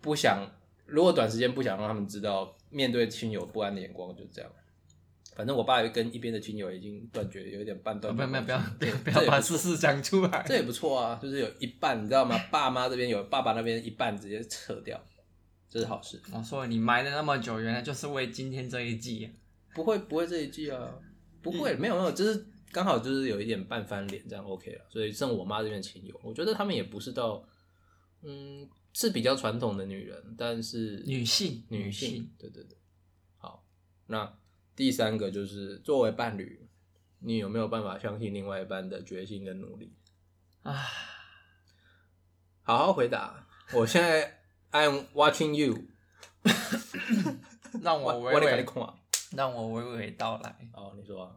Speaker 1: 不想，如果短时间不想让他们知道，面对亲友不安的眼光就这样。反正我爸跟一边的亲友已经断绝，呃有点半断
Speaker 2: 不
Speaker 1: 绝
Speaker 2: 要不要
Speaker 1: 关
Speaker 2: 不
Speaker 1: 系。
Speaker 2: 要不要不
Speaker 1: 这
Speaker 2: 要
Speaker 1: 也
Speaker 2: 把
Speaker 1: 不啊
Speaker 2: 事实讲出来。
Speaker 1: 这也不错啊，就是有一半，你知道吗？爸妈这边有，爸爸那边一半直接扯掉，这是好事。
Speaker 2: 我哦说你埋了那么久，原来就是为今天这一季啊。
Speaker 1: 不会不会这一季啊，不会
Speaker 2: 嗯
Speaker 1: 没有没有，就是刚好就是有一点半翻脸这样 OK 了，所以剩我妈这边亲友，我觉得他们也不是到，嗯，是比较传统的女人，但是
Speaker 2: 女性
Speaker 1: 女
Speaker 2: 女
Speaker 1: 性
Speaker 2: 性，
Speaker 1: 对对对，好，那第三个就是作为伴侣，你有没有办法相信另外一半的决心跟努力？
Speaker 2: 啊，
Speaker 1: 好好回答，我现在 I'm watching you，
Speaker 2: 让
Speaker 1: 我
Speaker 2: 我
Speaker 1: 我
Speaker 2: 娓
Speaker 1: 得给你
Speaker 2: 娓，
Speaker 1: 看啊，
Speaker 2: 让我娓娓道来。
Speaker 1: 哦，你说、啊，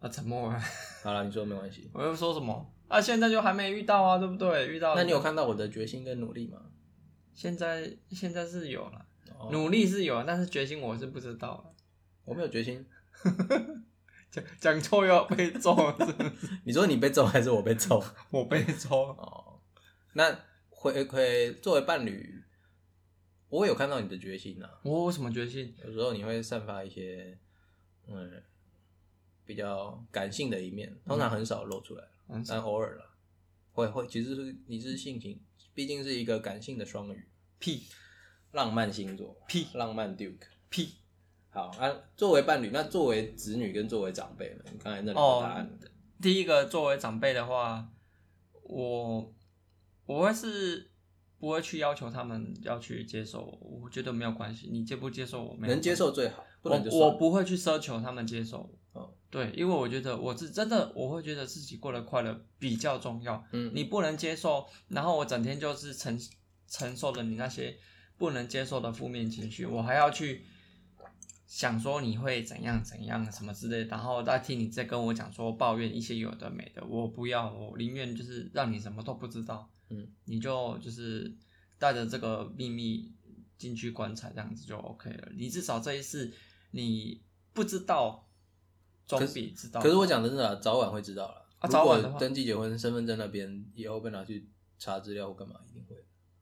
Speaker 2: 啊，沉默了。
Speaker 1: 好了，你说没关系。
Speaker 2: 我又说什么？啊，现在就还没遇到啊，对不对？遇到
Speaker 1: 那你有？看到我的决心跟努力吗？
Speaker 2: 现在现在是有了，
Speaker 1: 哦
Speaker 2: 努力是有，但是决心我是不知道了。
Speaker 1: 我没有决心。
Speaker 2: 讲讲错又要被揍了，是 不是
Speaker 1: 你说你被揍还是我被 揍？
Speaker 2: 我被揍了。
Speaker 1: 哦，那回馈作为伴侣，我有看到你的决心啊。
Speaker 2: 我有什么决心？
Speaker 1: 有时候你会散发一些嗯比较感性的一面，通常很少露出来，
Speaker 2: 嗯，
Speaker 1: 但偶尔啦，会会其实是你是性情，毕竟是一个感性的双鱼，
Speaker 2: 屁
Speaker 1: 浪漫星座，
Speaker 2: 屁
Speaker 1: 浪漫 Duke。
Speaker 2: 屁
Speaker 1: 好啊，作为伴侣，那作为子女跟作为长辈呢？你刚才那两
Speaker 2: 哦
Speaker 1: 个答案，
Speaker 2: 第一个，作为长辈的话，我我会是不会去要求他们要去接受我，我觉得没有关系，你接不接受我没有
Speaker 1: 能接
Speaker 2: 关系
Speaker 1: 受最好，不能就
Speaker 2: 我
Speaker 1: 算
Speaker 2: 我
Speaker 1: 了
Speaker 2: 不会去奢求他们接受我。
Speaker 1: 哦
Speaker 2: 对，因为我觉得我是真的，我会觉得自己过得快乐比较重要。
Speaker 1: 嗯
Speaker 2: 你不能接受，然后我整天就是承承受着你那些不能接受的负面情绪，我还要去想说你会怎样怎样什么之类的，然后再听你再跟我讲说抱怨一些有的没的，我不要，我宁愿就是让你什么都不知道，
Speaker 1: 嗯，
Speaker 2: 你就就是带着这个秘密进去棺材这样子就 OK 了。你至少这一次你不知道，总比知道好。
Speaker 1: 可是我讲真的啊，早晚会知道了。
Speaker 2: 啊
Speaker 1: 如
Speaker 2: 早
Speaker 1: 果
Speaker 2: 晚的话
Speaker 1: 登记结婚，身份证那边以后被拿去查资料或干嘛，一定会。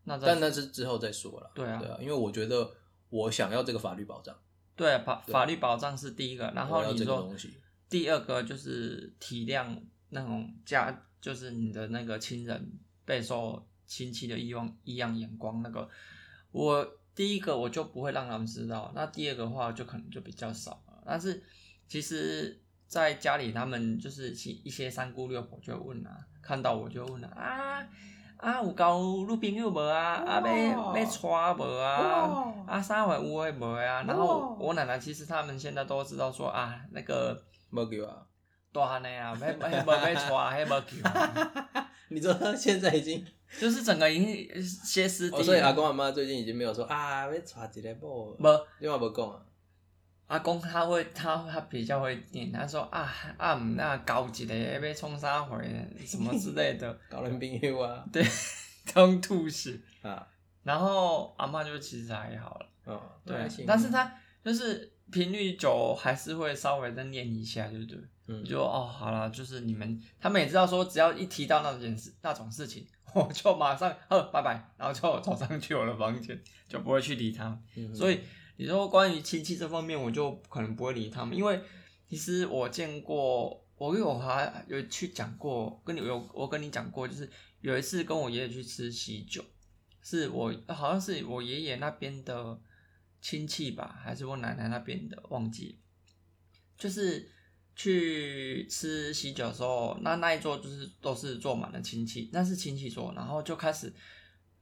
Speaker 2: 那这
Speaker 1: 但那是之后再说了。
Speaker 2: 对啊
Speaker 1: 对啊，因为我觉得我想要这个法律保障，
Speaker 2: 对法法律保障是第一个，然
Speaker 1: 我
Speaker 2: 后
Speaker 1: 要
Speaker 2: 你
Speaker 1: 这个
Speaker 2: 说
Speaker 1: 东西，
Speaker 2: 第二个就是体谅那种家，就是你的那个亲人备受亲戚的异样异样眼光那个。我第一个我就不会让他们知道，那第二个话就可能就比较少了。但是其实，在家里他们就是其一些三姑六婆就会问啊，看到我就会问啊啊啊，有交女朋友无啊？啊，要
Speaker 1: 哇
Speaker 2: 要娶无啊？
Speaker 1: 哇
Speaker 2: 啊，三碗乌龟没啊，然后
Speaker 1: 哦
Speaker 2: 我奶奶其实他们现在都知道说啊，那个
Speaker 1: 没给啊。
Speaker 2: 大汉的 啊，没没没没错啊，没没球啊，
Speaker 1: 你知道他现在已 经，
Speaker 2: 就是整个已经歇斯底
Speaker 1: 哦，
Speaker 2: 里。
Speaker 1: 所以阿公阿妈最近已经没有说啊，要查一个某，
Speaker 2: 没
Speaker 1: 你嘛无讲啊，
Speaker 2: 阿公他会他他比较会念，他说啊啊唔那搞一个要冲啥回什么之类 的，
Speaker 1: 搞人朋友啊，
Speaker 2: 对，当吐血。
Speaker 1: 啊，
Speaker 2: 然后阿妈就其实还好了，
Speaker 1: 嗯，
Speaker 2: 对
Speaker 1: 那
Speaker 2: 啊
Speaker 1: 还行，
Speaker 2: 但是他就是频率久还是会稍微再念一下，对不对？
Speaker 1: 嗯，
Speaker 2: 就哦，好了，就是你们，他们也知道说，只要一提到那件事那种事情， 我就马上呃拜拜，然后就走上去我的房间，就不会去理他们。
Speaker 1: 嗯
Speaker 2: 所以你说关于亲戚这方面，我就可能不会理他们，因为其实我见过，我有还有去讲过，跟你有我跟你讲过，就是有一次跟我爷爷去吃喜酒，是我好像是我爷爷那边的亲戚吧，还是我奶奶那边的，忘记了。就是去吃喜酒的时候，那那一桌就是都是坐满了亲戚，那是亲戚桌，然后就开始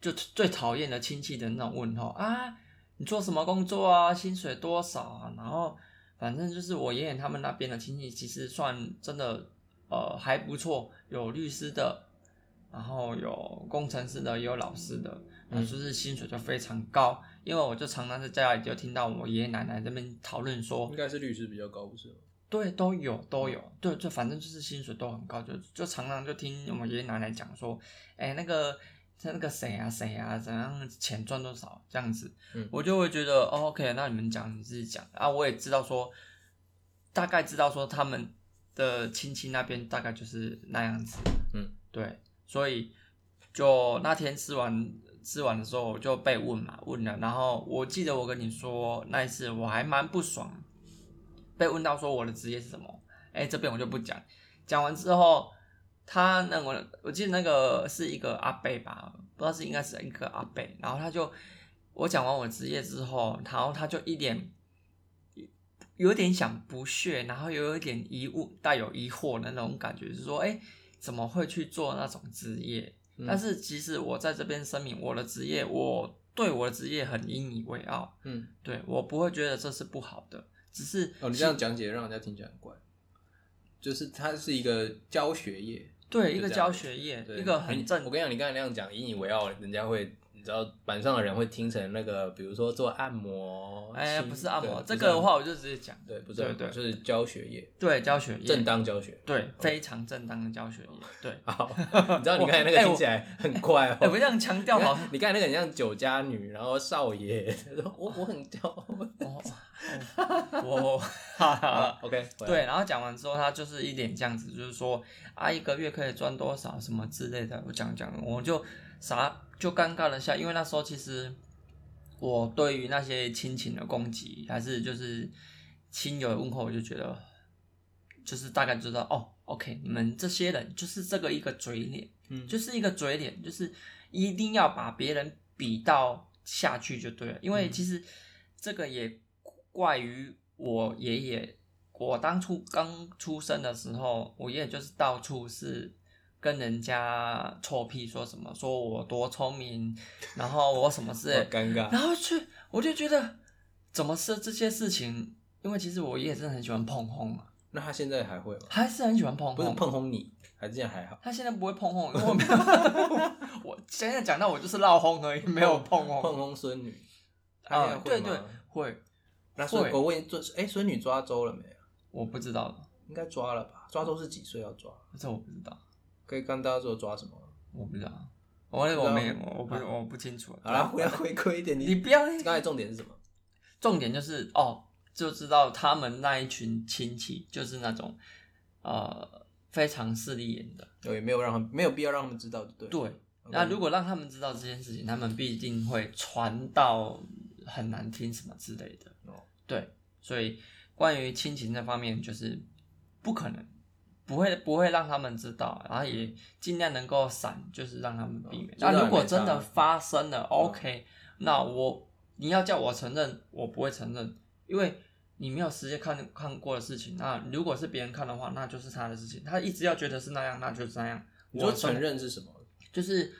Speaker 2: 就最讨厌的亲戚的那种问候啊，你做什么工作啊，薪水多少啊，然后反正就是我爷爷他们那边的亲戚，其实算真的呃还不错，有律师的，然后有工程师的，也有老师的，那
Speaker 1: 嗯
Speaker 2: 就是薪水就非常高，因为我就常常在家里就听到我爷爷奶奶这边讨论说，
Speaker 1: 应该是律师比较高，不是吗？
Speaker 2: 对，都有都
Speaker 1: 嗯
Speaker 2: 有，对，就反正就是薪水都很高，就就常常就听我们爷爷奶奶讲说，哎，那个那个谁啊谁啊，怎样钱赚多少这样子，
Speaker 1: 嗯
Speaker 2: 我就会觉得、哦、OK，那你们讲你自己讲啊，我也知道说，大概知道说他们的亲戚那边大概就是那样子，
Speaker 1: 嗯，
Speaker 2: 对，所以就那天吃完吃完的时候，我就被问嘛，问了，然后我记得我跟你说那一次我还蛮不爽，被问到说我的职业是什么，哎、这边我就不讲，讲完之后，他那我我记得那个是一个阿贝吧，不知道是应该是一个阿贝，然后他就我讲完我职业之后，然后他就一脸。有点想不屑，然后又有一点疑问，带有疑惑的那种感觉，就是说，哎、怎么会去做那种职业？
Speaker 1: 嗯
Speaker 2: 但，是其实我在这边声明，我的职业，我对我的职业很引以为傲，
Speaker 1: 嗯，
Speaker 2: 对我不会觉得这是不好的，只是
Speaker 1: 哦，你这样讲解让人家听起来很怪，就是它是一个教学业，
Speaker 2: 对
Speaker 1: 就
Speaker 2: 一个
Speaker 1: 这样
Speaker 2: 教学业，
Speaker 1: 对
Speaker 2: 一个很
Speaker 1: 你
Speaker 2: 正
Speaker 1: 我跟你讲，你刚才那样讲，引以为傲，人家会，你知道，板上的人会听成那个，比如说做按摩，
Speaker 2: 哎，
Speaker 1: 清
Speaker 2: 不是按摩，
Speaker 1: 对
Speaker 2: 这
Speaker 1: 不是
Speaker 2: 个的话
Speaker 1: 按摩
Speaker 2: 我就直接讲，
Speaker 1: 对，不是按摩，
Speaker 2: 对对
Speaker 1: 就是教学业，
Speaker 2: 对教学业，
Speaker 1: 正当哦教学。
Speaker 2: 对非常正当的教学业，对。
Speaker 1: 好， 你知道你刚才那个
Speaker 2: 哎我
Speaker 1: 听起来很怪哦。
Speaker 2: 哎，我这样强调好，
Speaker 1: 你刚才那个很像酒家女，然后少爷， 他说我我很骄傲。
Speaker 2: 我
Speaker 1: 哦
Speaker 2: 我，哈哈
Speaker 1: 好。，OK，回来，
Speaker 2: 啊对，然后讲完之后，他就是一脸这样子，就是说啊，一个月可以赚多少什么之类的。我讲讲，我就啥就尴尬了一下，因为那时候其实我对于那些亲情的攻击，还是就是亲友的问候，我就觉得就是大概知道哦，OK，你们这些人就是这个一个嘴脸，
Speaker 1: 嗯，
Speaker 2: 就是一个嘴脸，就是一定要把别人比到下去就对了。因
Speaker 1: 嗯
Speaker 2: 为其实这个也怪于我爷爷，我当初刚出生的时候，我爷爷就是到处是。跟人家臭屁说什么，说我多聪明，然后我什么之类
Speaker 1: 好
Speaker 2: 的，
Speaker 1: 尴尬。
Speaker 2: 然后去，我就觉得怎么是这些事情？因为其实我爷爷真的很喜欢碰轰啊，
Speaker 1: 那他现在还会吗？
Speaker 2: 还是很喜欢碰
Speaker 1: 不是
Speaker 2: 轰。
Speaker 1: 碰轰你，还是这样还好。
Speaker 2: 他现在不会碰轰，因为我没有，我现在讲到我就是闹轰而已，没有碰轰。
Speaker 1: 碰轰孙女，他现在
Speaker 2: 啊，
Speaker 1: 会
Speaker 2: 对
Speaker 1: 吗
Speaker 2: 对，会，
Speaker 1: 那孙
Speaker 2: 会
Speaker 1: 我问孙，哎，孙女抓周了没有？
Speaker 2: 我不知道，
Speaker 1: 应该抓了吧？抓周是几岁要抓？
Speaker 2: 这我不知道，
Speaker 1: 可以跟大家说抓什么？
Speaker 2: 我不知道。我我没
Speaker 1: 知道
Speaker 2: 我不我不清楚。啊
Speaker 1: 好了，回来回归一点，
Speaker 2: 你
Speaker 1: 啊你
Speaker 2: 不要那个
Speaker 1: 刚才重点是什么？
Speaker 2: 重点就是哦，就知道他们那一群亲戚就是那种呃非常势利眼的。
Speaker 1: 我也没有让他们，没有必要让他们知道，对了。
Speaker 2: 对，
Speaker 1: OK
Speaker 2: 那如果让他们知道这件事情，他们必定会传到很难听什么之类的。
Speaker 1: 哦
Speaker 2: 对，所以关于亲情这方面，就是不可能。不会不会让他们知道，然后也尽量能够闪，就是让他们避免
Speaker 1: 哦。知道
Speaker 2: 那
Speaker 1: 也
Speaker 2: 如果
Speaker 1: 没差
Speaker 2: 真的
Speaker 1: 了
Speaker 2: 发生了，OK，那我你要叫我承认，我不会承认，因为你没有实际看看过的事情。那如果是别人看的话，那就是他的事情。他一直要觉得是那样，那就是那样。
Speaker 1: 你说
Speaker 2: 我
Speaker 1: 承认是什么？
Speaker 2: 就是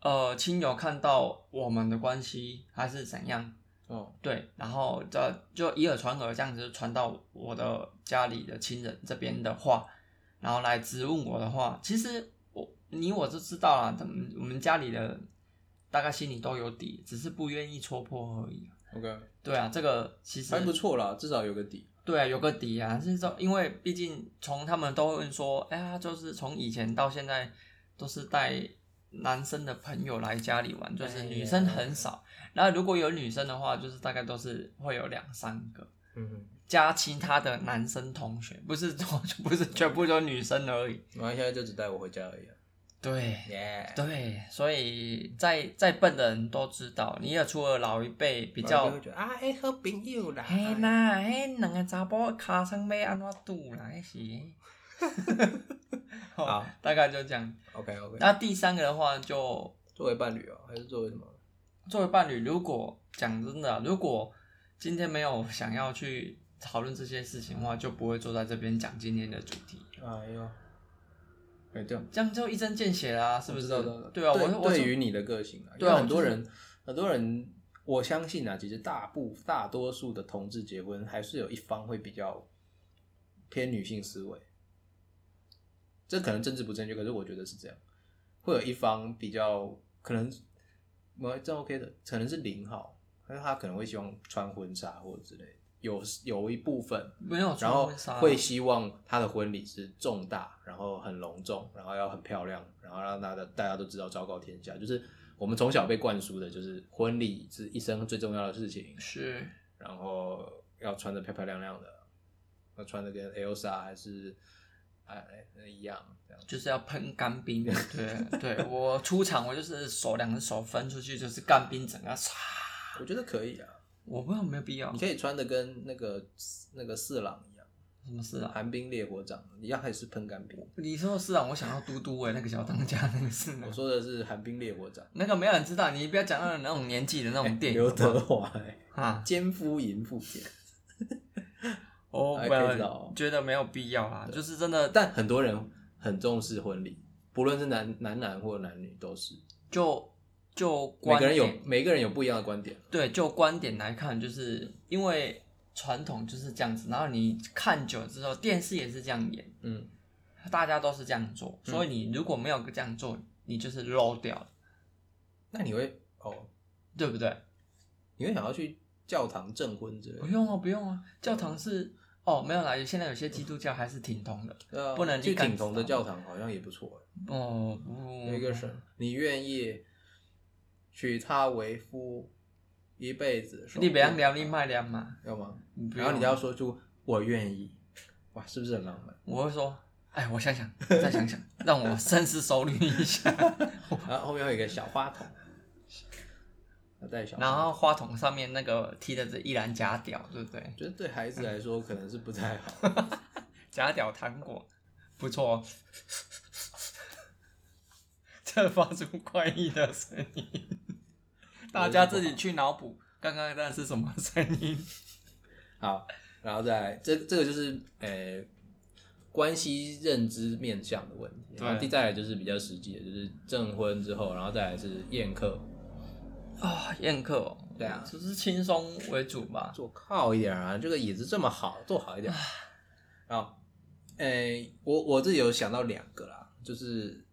Speaker 2: 呃，亲友看到我们的关系还是怎样，
Speaker 1: 哦，
Speaker 2: 对，然后这就以耳传耳这样子传到我的家里的亲人这边的话，然后来质问我的话，其实我你我就知道了，他们我们家里的大概心里都有底，只是不愿意戳破而已。
Speaker 1: OK，
Speaker 2: 对啊，这个其实
Speaker 1: 还不错啦，至少有个底。
Speaker 2: 对啊，有个底啊，是说，因为毕竟从他们都会问说，哎呀，就是从以前到现在都是带男生的朋友来家里玩，就是女生很少。那如果有女生的话，就是大概都是会有两三个，
Speaker 1: 嗯，
Speaker 2: 加其他的男生同学，不是 不是全部都女生而已。
Speaker 1: 然后现在就只带我回家而已、啊。
Speaker 2: 对，
Speaker 1: 耶、
Speaker 2: 对，所以再再笨的人都知道，你也除了老一辈比
Speaker 1: 然
Speaker 2: 较
Speaker 1: 后就会觉得啊，哎，好朋友啦。
Speaker 2: 嘿啦，
Speaker 1: 哎
Speaker 2: 迄两个查甫尻川要安怎拄啦？迄 是。
Speaker 1: 好，
Speaker 2: 大概就这样。
Speaker 1: ，OK OK，
Speaker 2: 那第三个的话就，
Speaker 1: 作为伴侣哦、还是作为什么？
Speaker 2: 作为伴侣，如果讲真的啊，如果今天没有想要去讨论这些事情的话，就不会坐在这边讲今天的主题，
Speaker 1: 哎呦，哎，对，
Speaker 2: 这样就一针见血啦、是不是
Speaker 1: 知道知道知道？
Speaker 2: 对啊，我我
Speaker 1: 对于你的个性啊，
Speaker 2: 对
Speaker 1: 对
Speaker 2: 啊
Speaker 1: 很多
Speaker 2: 就是
Speaker 1: 人，很多人，我相信啊，其实大部大多数的同志结婚，还是有一方会比较偏女性思维。这可能政治不正确，可是我觉得是这样，会有一方比较可能，我这样 OK 的，可能是零号，但是他可能会希望穿婚纱或之类的，有有一部分
Speaker 2: 没有
Speaker 1: 然
Speaker 2: 穿
Speaker 1: 后
Speaker 2: 婚纱啊，
Speaker 1: 会希望他的婚礼是重大，然后很隆重，然后要很漂亮，然后让大家大家都知道昭告天下。就是我们从小被灌输的，就是婚礼是一生最重要的事情，
Speaker 2: 是
Speaker 1: 然后要穿的漂漂亮亮的，要穿的跟 Elsa 啊还是哎哎一样这样。
Speaker 2: 就是要喷干冰的，对对，我出场我就是手两只手分出去就是干冰，整个唰，
Speaker 1: 我觉得可以啊，
Speaker 2: 我不知道有没有必要
Speaker 1: 你，可以啊穿的跟那个那个四郎一样，
Speaker 2: 什么事啊？
Speaker 1: 寒冰烈火掌一样，还是喷干冰。
Speaker 2: 你说的是啊，我想要嘟嘟哎、那个小当家那个是啊
Speaker 1: 我说的是寒冰烈火掌，
Speaker 2: 那个没有人知道，你不要讲到那种年纪的那种电影
Speaker 1: 刘德华、哎
Speaker 2: 啊，
Speaker 1: 奸夫淫妇姐。
Speaker 2: 我
Speaker 1: 哎
Speaker 2: 不
Speaker 1: 可以知道
Speaker 2: 要
Speaker 1: 哦
Speaker 2: 觉得没有必要啦，就是真的，
Speaker 1: 但很多人很重视婚礼，不论是男男男或男女都是，
Speaker 2: 就就
Speaker 1: 每
Speaker 2: 观
Speaker 1: 个人
Speaker 2: 点
Speaker 1: 有每个人有不一样的观点。
Speaker 2: 对，就观点来看，就是因为传统就是这样子，然后你看久之后，电视也是这样演，
Speaker 1: 嗯，
Speaker 2: 大家都是这样做，所以你如果没有这样做，你就是 low 掉了，
Speaker 1: 那你会哦，
Speaker 2: 对不对？
Speaker 1: 你会想要去教堂证婚之类
Speaker 2: 不
Speaker 1: 的
Speaker 2: 用啊，不用啊，教堂是哦，没有啦，现在有些基督教还是挺通的，
Speaker 1: 对啊？嗯
Speaker 2: 不能
Speaker 1: 去
Speaker 2: 一竿
Speaker 1: 挺
Speaker 2: 子
Speaker 1: 同的
Speaker 2: 打
Speaker 1: 教堂好像也不错欸，
Speaker 2: 哦，不，
Speaker 1: 有一个神，你愿意娶她为夫一辈子，
Speaker 2: 你别聊，你卖聊嘛。
Speaker 1: 要吗？
Speaker 2: 不
Speaker 1: 然后
Speaker 2: 用啊
Speaker 1: 你就要说出我愿意，哇，是不是很浪 漫？
Speaker 2: 我会说，哎，我想想，再 想想，让我深思熟虑一下。
Speaker 1: 然后后面会有一个小花 筒，要带小花筒，
Speaker 2: 然后话筒上面那个踢的是一篮假屌，对不对？
Speaker 1: 觉得对孩子来说可能是不太好。
Speaker 2: 假屌糖果，不错、哦。 这发出怪异的声音，大家自己去脑补刚刚那是什么声音。
Speaker 1: 好，然后再来，这这个就是呃、关系认知面向的问题。
Speaker 2: 对
Speaker 1: 然后第再来就是比较实际的，就是证婚之后，然后再来是宴客，
Speaker 2: 啊、宴客、哦，
Speaker 1: 对啊
Speaker 2: 就是轻松为主吧。
Speaker 1: 坐靠一点啊，这个椅子这么好，坐好一点。然后，呃、我我自己有想到两个啦，就是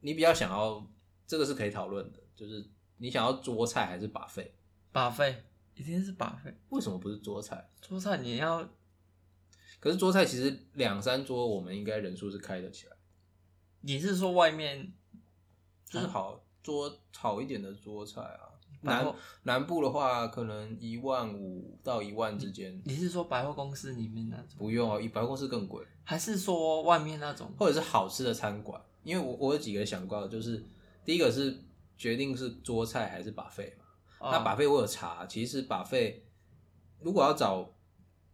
Speaker 1: 你比较想要，这个是可以讨论的，就是你想要桌菜还是把费？
Speaker 2: 把费一定是把费，
Speaker 1: 为什么不是桌菜？
Speaker 2: 桌菜你要
Speaker 1: 可是桌菜其实两三桌，我们应该人数是开得起来的。
Speaker 2: 你是说外面
Speaker 1: 就是好桌好一点的桌菜啊。
Speaker 2: 百
Speaker 1: 南
Speaker 2: 货
Speaker 1: 南部的话，可能一万五到一万之间，
Speaker 2: 你是说百货公司里面那种，
Speaker 1: 不用啊，百货公司更贵，
Speaker 2: 还是说外面那种？
Speaker 1: 或者是好吃的餐馆。因为我我有几个想过，就是第一个是决定是桌菜还是把费嘛。
Speaker 2: 哦
Speaker 1: 那把费我有查，其实把费如果要找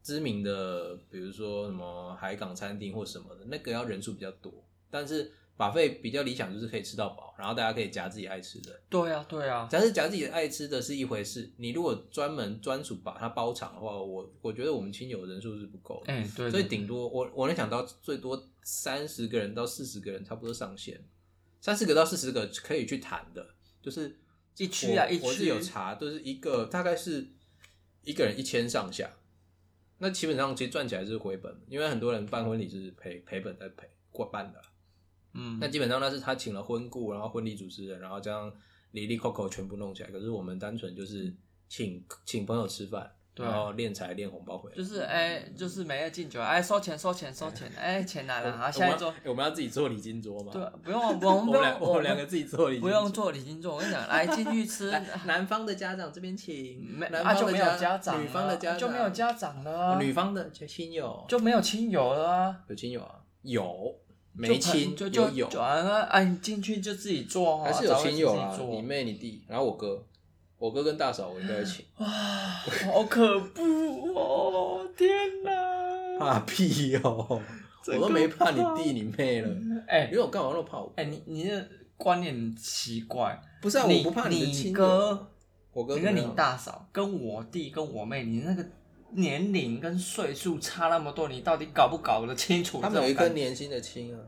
Speaker 1: 知名的，比如说什么海港餐厅或什么的，那个要人数比较多，但是。把费比较理想就是可以吃到饱，然后大家可以夹自己爱吃的。
Speaker 2: 对啊，对啊，
Speaker 1: 但是夹自己爱吃的是一回事，你如果专门专属把它包场的话，我我觉得我们亲友人数是不够的，
Speaker 2: 哎、对，
Speaker 1: 所以
Speaker 2: 对
Speaker 1: 顶多我我能想到最多三十个人到四十个人差不多上限，三十个到四十个可以去谈的，就是
Speaker 2: 一区啊
Speaker 1: 我
Speaker 2: 一区
Speaker 1: 我是有查，就是一个大概是一个人一千上下，那基本上其实赚起来是回本的，因为很多人办婚礼是赔赔本在赔过办的，
Speaker 2: 嗯，
Speaker 1: 那基本上那是他请了婚顾，然后婚礼主持人，然后这样里里扣扣全部弄起来。可是我们单纯就是请请朋友吃饭，
Speaker 2: 对
Speaker 1: 然后练财练红包回来。
Speaker 2: 就是哎、就是每月敬酒，哎、收钱收钱收钱，哎、钱拿
Speaker 1: 我
Speaker 2: 了，
Speaker 1: 我
Speaker 2: 好，
Speaker 1: 们
Speaker 2: 下一
Speaker 1: 要
Speaker 2: 桌，
Speaker 1: 我们要自己做礼金桌吗？
Speaker 2: 对，啊不用，我
Speaker 1: 我
Speaker 2: 们不
Speaker 1: 们两
Speaker 2: 用，
Speaker 1: 我们两个自己做礼金
Speaker 2: 不
Speaker 1: 桌。
Speaker 2: 用做礼金桌，我跟你讲，来进去吃，
Speaker 1: 来。男方的家长这边请，
Speaker 2: 没
Speaker 1: 男
Speaker 2: 啊
Speaker 1: 方
Speaker 2: 就
Speaker 1: 的
Speaker 2: 没有家长了，啊
Speaker 1: 女方的家长哦
Speaker 2: 就没有家长了啊、
Speaker 1: 女方的亲友
Speaker 2: 就没有亲友了啊。
Speaker 1: 有亲友啊，有
Speaker 2: 就
Speaker 1: 没亲
Speaker 2: 就
Speaker 1: 有
Speaker 2: 就
Speaker 1: 有
Speaker 2: 就啊啊！你进去就自己做哦，
Speaker 1: 还是有
Speaker 2: 找位
Speaker 1: 亲
Speaker 2: 置
Speaker 1: 友
Speaker 2: 自
Speaker 1: 啊，
Speaker 2: 己
Speaker 1: 你
Speaker 2: 做
Speaker 1: 妹你弟，然后我哥，我哥跟大嫂我应该会 请。
Speaker 2: 哇，好可怖哦！天哪！
Speaker 1: 怕屁 哦！
Speaker 2: 这
Speaker 1: 我
Speaker 2: 个
Speaker 1: 都没怕你弟你妹 了，
Speaker 2: 哎
Speaker 1: 因为我干嘛那么怕我？
Speaker 2: 哎，你你的观念很奇怪，
Speaker 1: 不是啊，
Speaker 2: 你
Speaker 1: 我不怕的
Speaker 2: 你
Speaker 1: 亲友
Speaker 2: 哥，
Speaker 1: 我哥
Speaker 2: 你
Speaker 1: 怎么
Speaker 2: 跟
Speaker 1: 样
Speaker 2: 你大嫂、跟我弟、跟我妹，你那个年龄跟岁数差那么多，你到底搞不搞得清楚这
Speaker 1: 他们有一
Speaker 2: 种
Speaker 1: 颗
Speaker 2: 感觉？
Speaker 1: 年轻的青啊，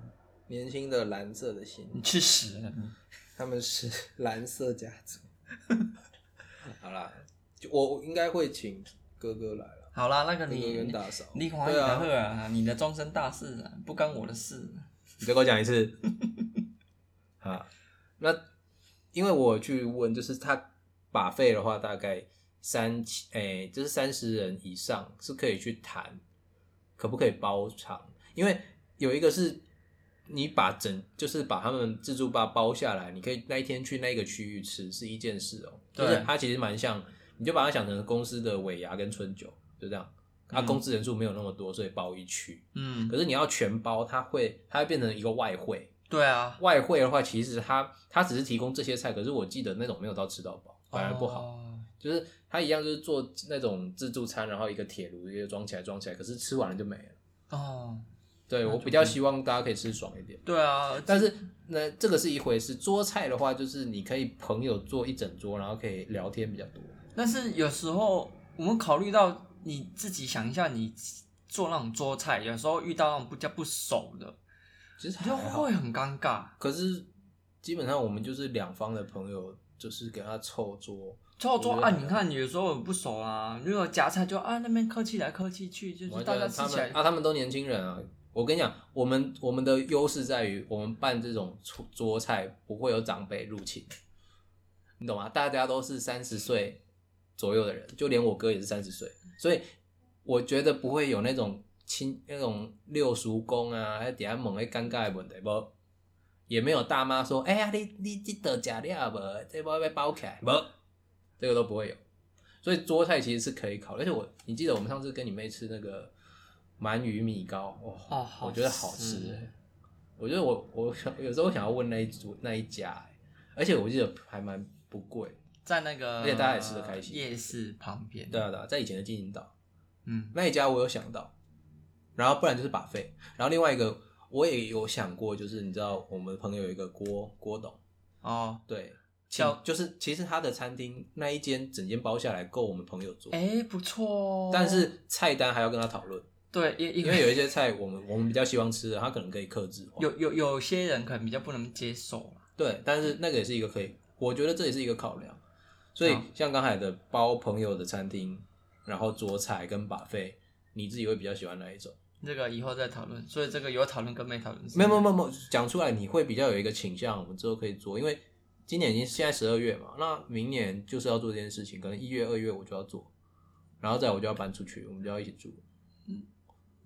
Speaker 1: 年轻的蓝色的心，
Speaker 2: 你去死了！
Speaker 1: 嗯
Speaker 2: 你
Speaker 1: 他们是 蓝色家族。好啦，就我我应该会请哥哥来了，
Speaker 2: 好啦，那个
Speaker 1: 哥哥跟
Speaker 2: 你
Speaker 1: 大嫂。
Speaker 2: 你狂你
Speaker 1: 对
Speaker 2: 的
Speaker 1: 啊
Speaker 2: 贺啊，你的终身大事啊，不干我的事。
Speaker 1: 你再给我讲一次。啊，那因为我去问，就是他把费的话，大概三千，诶、就是三十人以上是可以去谈，可不可以包场？因为有一个是你把整，就是把他们自助吧包下来，你可以那一天去那个区域吃是一件事哦、
Speaker 2: 对
Speaker 1: 就是它其实蛮像，你就把它想成公司的尾牙跟春酒，就这样。它、
Speaker 2: 嗯
Speaker 1: 公司人数没有那么多，所以包一区。
Speaker 2: 嗯，
Speaker 1: 可是你要全包，它会它会变成一个外汇。
Speaker 2: 对啊，
Speaker 1: 外汇的话，其实它它只是提供这些菜，可是我记得那种没有到吃到饱，反而不好。
Speaker 2: 哦
Speaker 1: 就是它一样就是做那种自助餐，然后一个铁炉一个装起来装起来，可是吃完了就没了。
Speaker 2: 哦，
Speaker 1: 对
Speaker 2: 那就
Speaker 1: 我比较希望大家可以吃爽一点。
Speaker 2: 对啊，
Speaker 1: 但是那这个是一回事，桌菜的话就是你可以朋友坐一整桌，然后可以聊天比较多。
Speaker 2: 但是有时候我们考虑到你自己想一下，你做那种桌菜，有时候遇到那种比较不熟的，
Speaker 1: 其实
Speaker 2: 你就
Speaker 1: 还好
Speaker 2: 会，很尴尬。
Speaker 1: 可是基本上我们就是两方的朋友，就是给他凑桌。
Speaker 2: 臭
Speaker 1: 我
Speaker 2: 桌
Speaker 1: 觉得
Speaker 2: 啊，你看有时候很不熟啊，如果夹菜就啊那边客气来客气去，就
Speaker 1: 我觉
Speaker 2: 是大
Speaker 1: 得
Speaker 2: 家吃
Speaker 1: 他
Speaker 2: 起
Speaker 1: 们
Speaker 2: 来
Speaker 1: 啊，他们都年轻人啊。我跟你讲，我们我们的优势在于，我们办这种桌桌菜不会有长辈入侵，你懂吗？大家都是三十岁左右的人，就连我哥也是三十岁，所以我觉得不会有那种亲那种六叔公啊，还有底下猛的尴尬的问题，不，也没有大妈说，哎、呀，你你这得假料不？这包被包起来不？这个都不会有。所以桌菜其实是可以烤，而且我你记得我们上次跟你妹吃那个鳗鱼米糕，哦，
Speaker 2: 哦好
Speaker 1: 我觉得好吃
Speaker 2: 吃
Speaker 1: 欸。我觉得我我想有时候想要问那一组那一家欸，而且我记得还蛮不贵。
Speaker 2: 在那个
Speaker 1: 而且大家也吃得开心
Speaker 2: 夜市旁边。
Speaker 1: 对啊对啊，在以前的金银岛
Speaker 2: 嗯，
Speaker 1: 那一家我有想到，然后不然就是把费，然后另外一个我也有想过，就是你知道我们朋友有一个郭郭董，
Speaker 2: 哦，
Speaker 1: 对，
Speaker 2: 叫
Speaker 1: 请就是其实他的餐厅那一间整间包下来够我们朋友做，
Speaker 2: 哎，不错哦。
Speaker 1: 但是菜单还要跟他讨论。
Speaker 2: 对，因因
Speaker 1: 因为有一些菜我们我 们比较希望吃的，它可能可以克制化。
Speaker 2: 有有有些人可能比较不能接受啊啦。
Speaker 1: 对，但是那个也是一个可以，我觉得这也是一个考量。所以
Speaker 2: 好
Speaker 1: 像刚才的包朋友的餐厅，然后桌菜跟把费，你自己会比较喜欢哪一种？
Speaker 2: 这个以后再讨论，所以这个有讨论跟没讨论是一
Speaker 1: 没
Speaker 2: 样
Speaker 1: 有
Speaker 2: 的。
Speaker 1: 没有没有没有，讲出来你会比较有一个倾向，我们之后可以做，因为今年已经现在十二月嘛，那明年就是要做这件事情，可能一月二月我就要做，然后再我就要搬出去，我们就要一起住。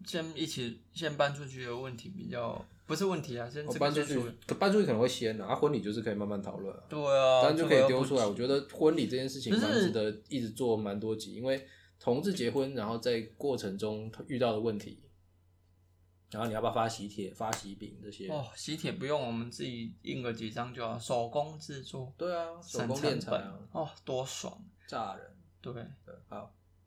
Speaker 2: 先一起先搬出去的问题比较不是问题啊，先
Speaker 1: 哦
Speaker 2: 这个
Speaker 1: 搬出
Speaker 2: 就
Speaker 1: 去
Speaker 2: 处理，
Speaker 1: 可搬出去可能会先啊，啊婚礼就是可以慢慢讨论啊，
Speaker 2: 对啊，
Speaker 1: 当然就可以丢出来。
Speaker 2: 这
Speaker 1: 我觉得婚礼这件事情
Speaker 2: 不是
Speaker 1: 蛮值得一直做蛮多集，因为同志结婚，然后在过程中遇到的问题，然后你要不要发喜帖、发喜饼这些？
Speaker 2: 个哦，喜帖不用，我们自己印个几张就好，手工制作，
Speaker 1: 对啊，手
Speaker 2: 省
Speaker 1: 工
Speaker 2: 成
Speaker 1: 炼材
Speaker 2: 本
Speaker 1: 啊，
Speaker 2: 哦，多爽！
Speaker 1: 炸人。
Speaker 2: 对，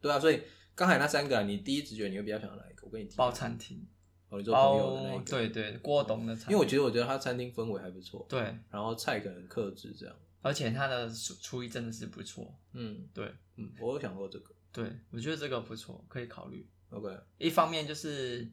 Speaker 1: 对啊，所以刚才那三个啊，你第一直觉你会比较想要哪一个？我跟你提
Speaker 2: 包餐厅，
Speaker 1: 哦，你做朋友的那一
Speaker 2: 包
Speaker 1: 个，
Speaker 2: 对对，郭董的餐，
Speaker 1: 因为我觉得我觉得他餐厅氛围还不错，
Speaker 2: 对，
Speaker 1: 然后菜可能克制这样。
Speaker 2: 而且他的厨厨艺真的是不错，
Speaker 1: 嗯
Speaker 2: 对
Speaker 1: 嗯，我有想过这个。
Speaker 2: 对，我觉得这个不错，可以考虑。
Speaker 1: OK，
Speaker 2: 一方面就是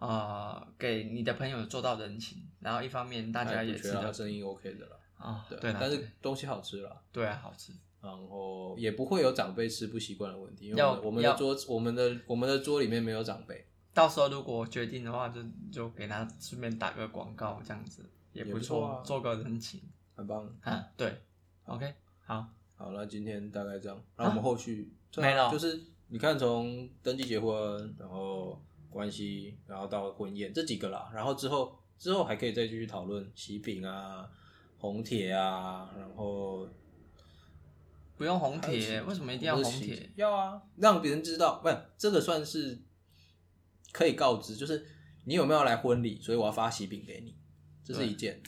Speaker 2: 啊、呃给你的朋友做到人情，然后一方面大家
Speaker 1: 还
Speaker 2: 也
Speaker 1: 不缺
Speaker 2: 吃
Speaker 1: 啊他
Speaker 2: 到
Speaker 1: 生意 OK 的啦，
Speaker 2: 啊，
Speaker 1: 对啊，
Speaker 2: 对啦
Speaker 1: 但是
Speaker 2: 对
Speaker 1: 东西好吃啦，
Speaker 2: 对啊，好吃。
Speaker 1: 然后也不会有长辈吃不习惯的问题，因为
Speaker 2: 要
Speaker 1: 我们的
Speaker 2: 要
Speaker 1: 桌我们的我们的桌里面没有长辈，
Speaker 2: 到时候如果决定的话，就就给他顺便打个广告，这样子也
Speaker 1: 也不
Speaker 2: 不错，
Speaker 1: 错啊
Speaker 2: 做个人情
Speaker 1: 很棒。
Speaker 2: 啊。对，OK，好，
Speaker 1: 好，那今天大概这样，那我们后续对啊
Speaker 2: 没了
Speaker 1: 就是你看从登记结婚，然后关系，然后到婚宴这几个啦，然后之后之后还可以再继续讨论喜饼啊、红帖啊，然后
Speaker 2: 不用红
Speaker 1: 还有喜
Speaker 2: 帖，为什么一定要
Speaker 1: 不
Speaker 2: 红
Speaker 1: 是喜
Speaker 2: 帖？
Speaker 1: 要啊，让别人知道，不，这个算是可以告知，就是你有没有来婚礼，所以我要发喜饼给你，这是
Speaker 2: 对
Speaker 1: 一件。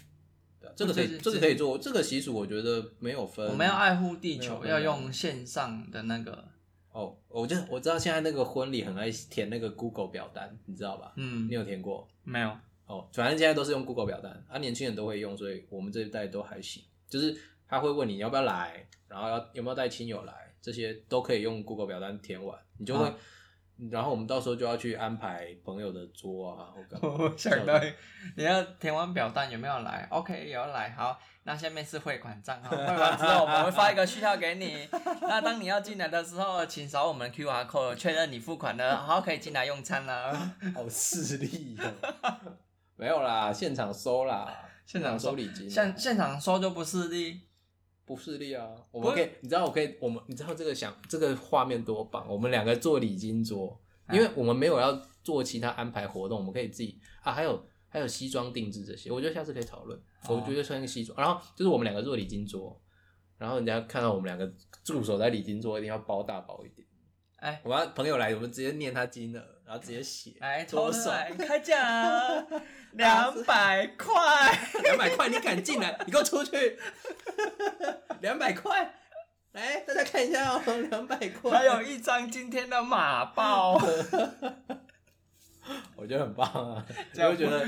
Speaker 1: 对啊这个可
Speaker 2: 这
Speaker 1: 以，
Speaker 2: 是
Speaker 1: 这个可以做。这个习俗我觉得没有分。
Speaker 2: 我们要爱护地球，
Speaker 1: 没有
Speaker 2: 要
Speaker 1: 没有
Speaker 2: 用线上的那个，
Speaker 1: 哦，我就我知道现在那个婚礼很爱填那个 Google 表单，你知道吧？
Speaker 2: 嗯
Speaker 1: 你，有填过？
Speaker 2: 没有，
Speaker 1: 哦，反正现在都是用 Google 表单，啊，年轻人都会用，所以我们这一代都还行。就是他会问你要不要来，然后要有没有带亲友来，这些都可以用 Google 表单填完，你就会。
Speaker 2: 啊
Speaker 1: 然后我们到时候就要去安排朋友的桌啊，或 干嘛
Speaker 2: 我想到你要填完表单有没有来？OK，有来。好，那下面是汇款账 号，汇完之后我们会发一个讯号给你。那当你要进来的时候，请扫我们 QR code 确认你付款 了，好，可以进来用餐了。
Speaker 1: 好势利哦。 没有啦，现场收啦，
Speaker 2: 现场收
Speaker 1: 收礼金啊，
Speaker 2: 现现场收就不是的，
Speaker 1: 不势利啊！我
Speaker 2: 不
Speaker 1: 们
Speaker 2: 是
Speaker 1: 可以，你知道我可以，我们你知道这个想这个画面多棒！我们两个做礼金桌，因
Speaker 2: 哎
Speaker 1: 为我们没有要做其他安排活动，我们可以自己啊，还有还有西装定制这些，我觉得下次可以讨论。
Speaker 2: 哦
Speaker 1: 我觉得穿个西装，然后就是我们两个做礼金桌，然后人家看到我们两个驻守在礼金桌，一定要包大包一点。
Speaker 2: 哎
Speaker 1: 我要朋友来，我们直接念他金额，然后直接写，
Speaker 2: 来哎抽
Speaker 1: 多
Speaker 2: 出
Speaker 1: 爽！
Speaker 2: 来开 奖，两百块。
Speaker 1: 两百块，你敢进来？你给我出去！ 两百块，来大家看一下哦，两百块，
Speaker 2: 还有一张今天的马报，
Speaker 1: 我觉得很棒啊，
Speaker 2: 这
Speaker 1: 我
Speaker 2: 样
Speaker 1: 会觉得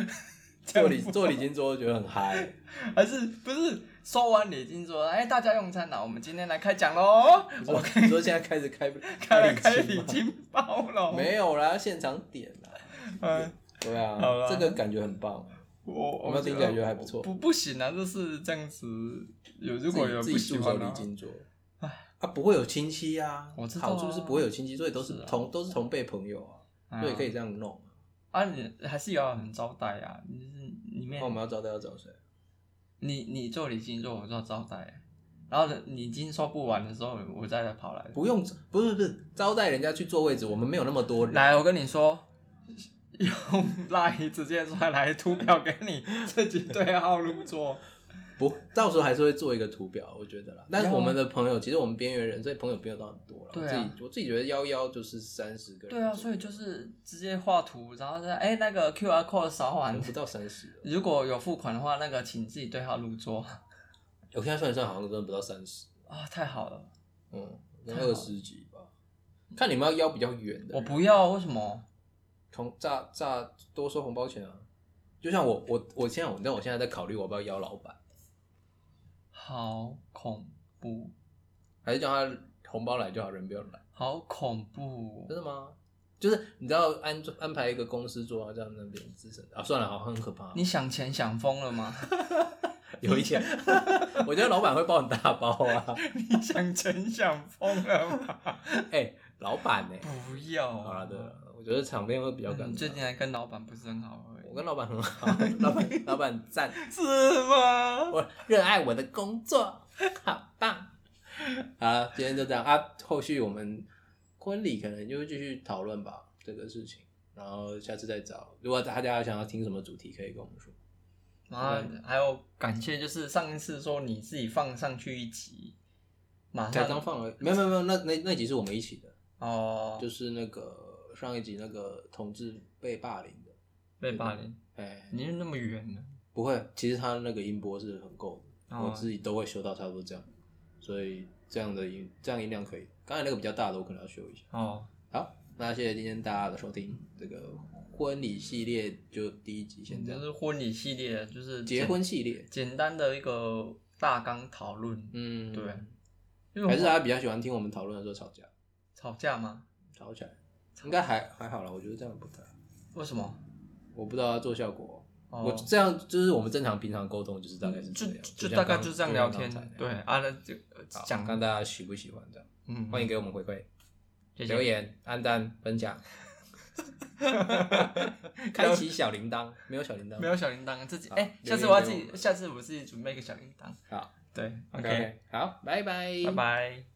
Speaker 1: 做礼做礼金桌觉得很嗨，
Speaker 2: 还是不是收完礼金说，哎，大家用餐了，我们今天来开奖喽。
Speaker 1: 你
Speaker 2: 我
Speaker 1: 说你说现在开始开
Speaker 2: 开
Speaker 1: 开
Speaker 2: 开
Speaker 1: 礼
Speaker 2: 礼
Speaker 1: 金
Speaker 2: 金包了。
Speaker 1: 吗，没有啦，现场点啦，
Speaker 2: 嗯，
Speaker 1: 对啊
Speaker 2: 好，啦
Speaker 1: 这个感觉很棒，
Speaker 2: 我
Speaker 1: 有没有听起来觉得还不错
Speaker 2: 不不行啊，就是这样子。有如果有
Speaker 1: 自
Speaker 2: 不
Speaker 1: 己自
Speaker 2: 喜
Speaker 1: 己驻守
Speaker 2: 欢
Speaker 1: 礼
Speaker 2: 的，
Speaker 1: 金桌。啊，不会有亲戚啊，
Speaker 2: 我知道啊
Speaker 1: 好处是不会有亲戚，所以都是
Speaker 2: 是啊
Speaker 1: 同都是同辈朋友啊，
Speaker 2: 哎呀
Speaker 1: 所以可以这样弄。
Speaker 2: 啊，你还是要很招待啊。你是里面
Speaker 1: 那我们要招待要找谁？
Speaker 2: 你你做礼金做，我做招待。啊然后你已经收不完的时候，我再来跑来。
Speaker 1: 不用，不是不是，招待人家去坐位置，我们没有那么多人。
Speaker 2: 嗯来，我跟你说， 用赖直接说来图表给你，自己对号入座。
Speaker 1: 不，到时候还是会做一个图表，我觉得啦。但是
Speaker 2: 然后
Speaker 1: 我们的朋友，其实我们边缘人，所以朋友没有到很多了。
Speaker 2: 对
Speaker 1: 我
Speaker 2: 啊
Speaker 1: 自己我自己觉得幺幺就是三十个人左
Speaker 2: 对
Speaker 1: 右，
Speaker 2: 啊，所以就是直接画图，然后再哎那个 QR code 扫
Speaker 1: 可
Speaker 2: 完
Speaker 1: 能，不到三 十。
Speaker 2: 如果有付款的话，那个请自己对号入座 啊、
Speaker 1: 我现在算一算，好像真的不到三十，
Speaker 2: 太好了，
Speaker 1: 嗯，
Speaker 2: 太好
Speaker 1: 二十几吧。看你们要邀比较远的
Speaker 2: 我
Speaker 1: 人，
Speaker 2: 不要，为什么？
Speaker 1: 同炸炸多收红包钱啊。就像我我我现在我你知道我现在在考虑我要不要邀老板，
Speaker 2: 好恐怖，
Speaker 1: 还是叫他红包来就好，人不用来。
Speaker 2: 好恐怖哦
Speaker 1: 真，的吗？就是你知道安安排一个公司做到这样那边资深啊，算了，好像很可怕。
Speaker 2: 你想钱想疯了吗？
Speaker 1: 有一天， 我觉得老板会包很大包啊。
Speaker 2: 你想钱想疯了吗？
Speaker 1: 哎、老板呢、
Speaker 2: 不要，啊
Speaker 1: 好了，对了，我觉得场面会比较
Speaker 2: 嗯
Speaker 1: 尴
Speaker 2: 你最
Speaker 1: 尬。
Speaker 2: 近还跟老板不是很好而已
Speaker 1: 我，跟老板很好，老板老板赞，
Speaker 2: 是吗？
Speaker 1: 我热爱我的工作，好棒。好了，今天就这样啊，后续我们婚礼可能就会继续讨论吧，这个事情。然后下次再找。如果大家想要听什么主题，可以跟我们说。
Speaker 2: 然后还有感谢，就是上一次说你自己放上去一集，马
Speaker 1: 才刚
Speaker 2: 上
Speaker 1: 放了，没有没有没有，那那那集是我们一起的，
Speaker 2: 哦，
Speaker 1: 就是那个上一集那个同志被霸凌的，
Speaker 2: 被霸凌，
Speaker 1: 哎，
Speaker 2: 你就那么远呢？
Speaker 1: 不会，其实他那个音波是很够的，
Speaker 2: 哦
Speaker 1: 我自己都会修到差不多这样，所以这样的音这样音量可以。刚才那个比较大的，我可能要修一下。
Speaker 2: 哦，
Speaker 1: 好，那谢谢今天大家的收听，这个婚礼系列就第一集先这
Speaker 2: 就
Speaker 1: 样，
Speaker 2: 是婚礼系列，就是
Speaker 1: 结
Speaker 2: 简
Speaker 1: 婚系列，
Speaker 2: 简单的一个大纲讨论，
Speaker 1: 嗯，
Speaker 2: 对，因为
Speaker 1: 还是
Speaker 2: 我
Speaker 1: 大家比较喜欢听我们讨论的时候吵架，
Speaker 2: 吵架吗？
Speaker 1: 吵起来，应该还还好啦，我觉得这样不太好，
Speaker 2: 为什么？
Speaker 1: 我不知道要做效果。
Speaker 2: 哦
Speaker 1: 我这样就是我们正常平常沟通，就是大概是这
Speaker 2: 就
Speaker 1: 样，
Speaker 2: 就
Speaker 1: 像
Speaker 2: 大概
Speaker 1: 刚
Speaker 2: 就这样聊
Speaker 1: 就
Speaker 2: 天
Speaker 1: 像刚才，那
Speaker 2: 对
Speaker 1: 样，
Speaker 2: 啊，那就
Speaker 1: 好
Speaker 2: 讲
Speaker 1: 看大家喜不喜欢这样，
Speaker 2: 嗯，
Speaker 1: 欢迎给我们回馈，
Speaker 2: 谢谢
Speaker 1: 留言、按赞、分享，开启小铃铛，没有小铃铛，
Speaker 2: 没有小铃铛，自己
Speaker 1: 好
Speaker 2: 哎，
Speaker 1: 留
Speaker 2: 下次
Speaker 1: 言
Speaker 2: 我要
Speaker 1: 给
Speaker 2: 自
Speaker 1: 我
Speaker 2: 己，
Speaker 1: 们
Speaker 2: 下次我自己准备一个小铃铛，
Speaker 1: 好
Speaker 2: 对
Speaker 1: OK，好，拜拜，
Speaker 2: 拜拜。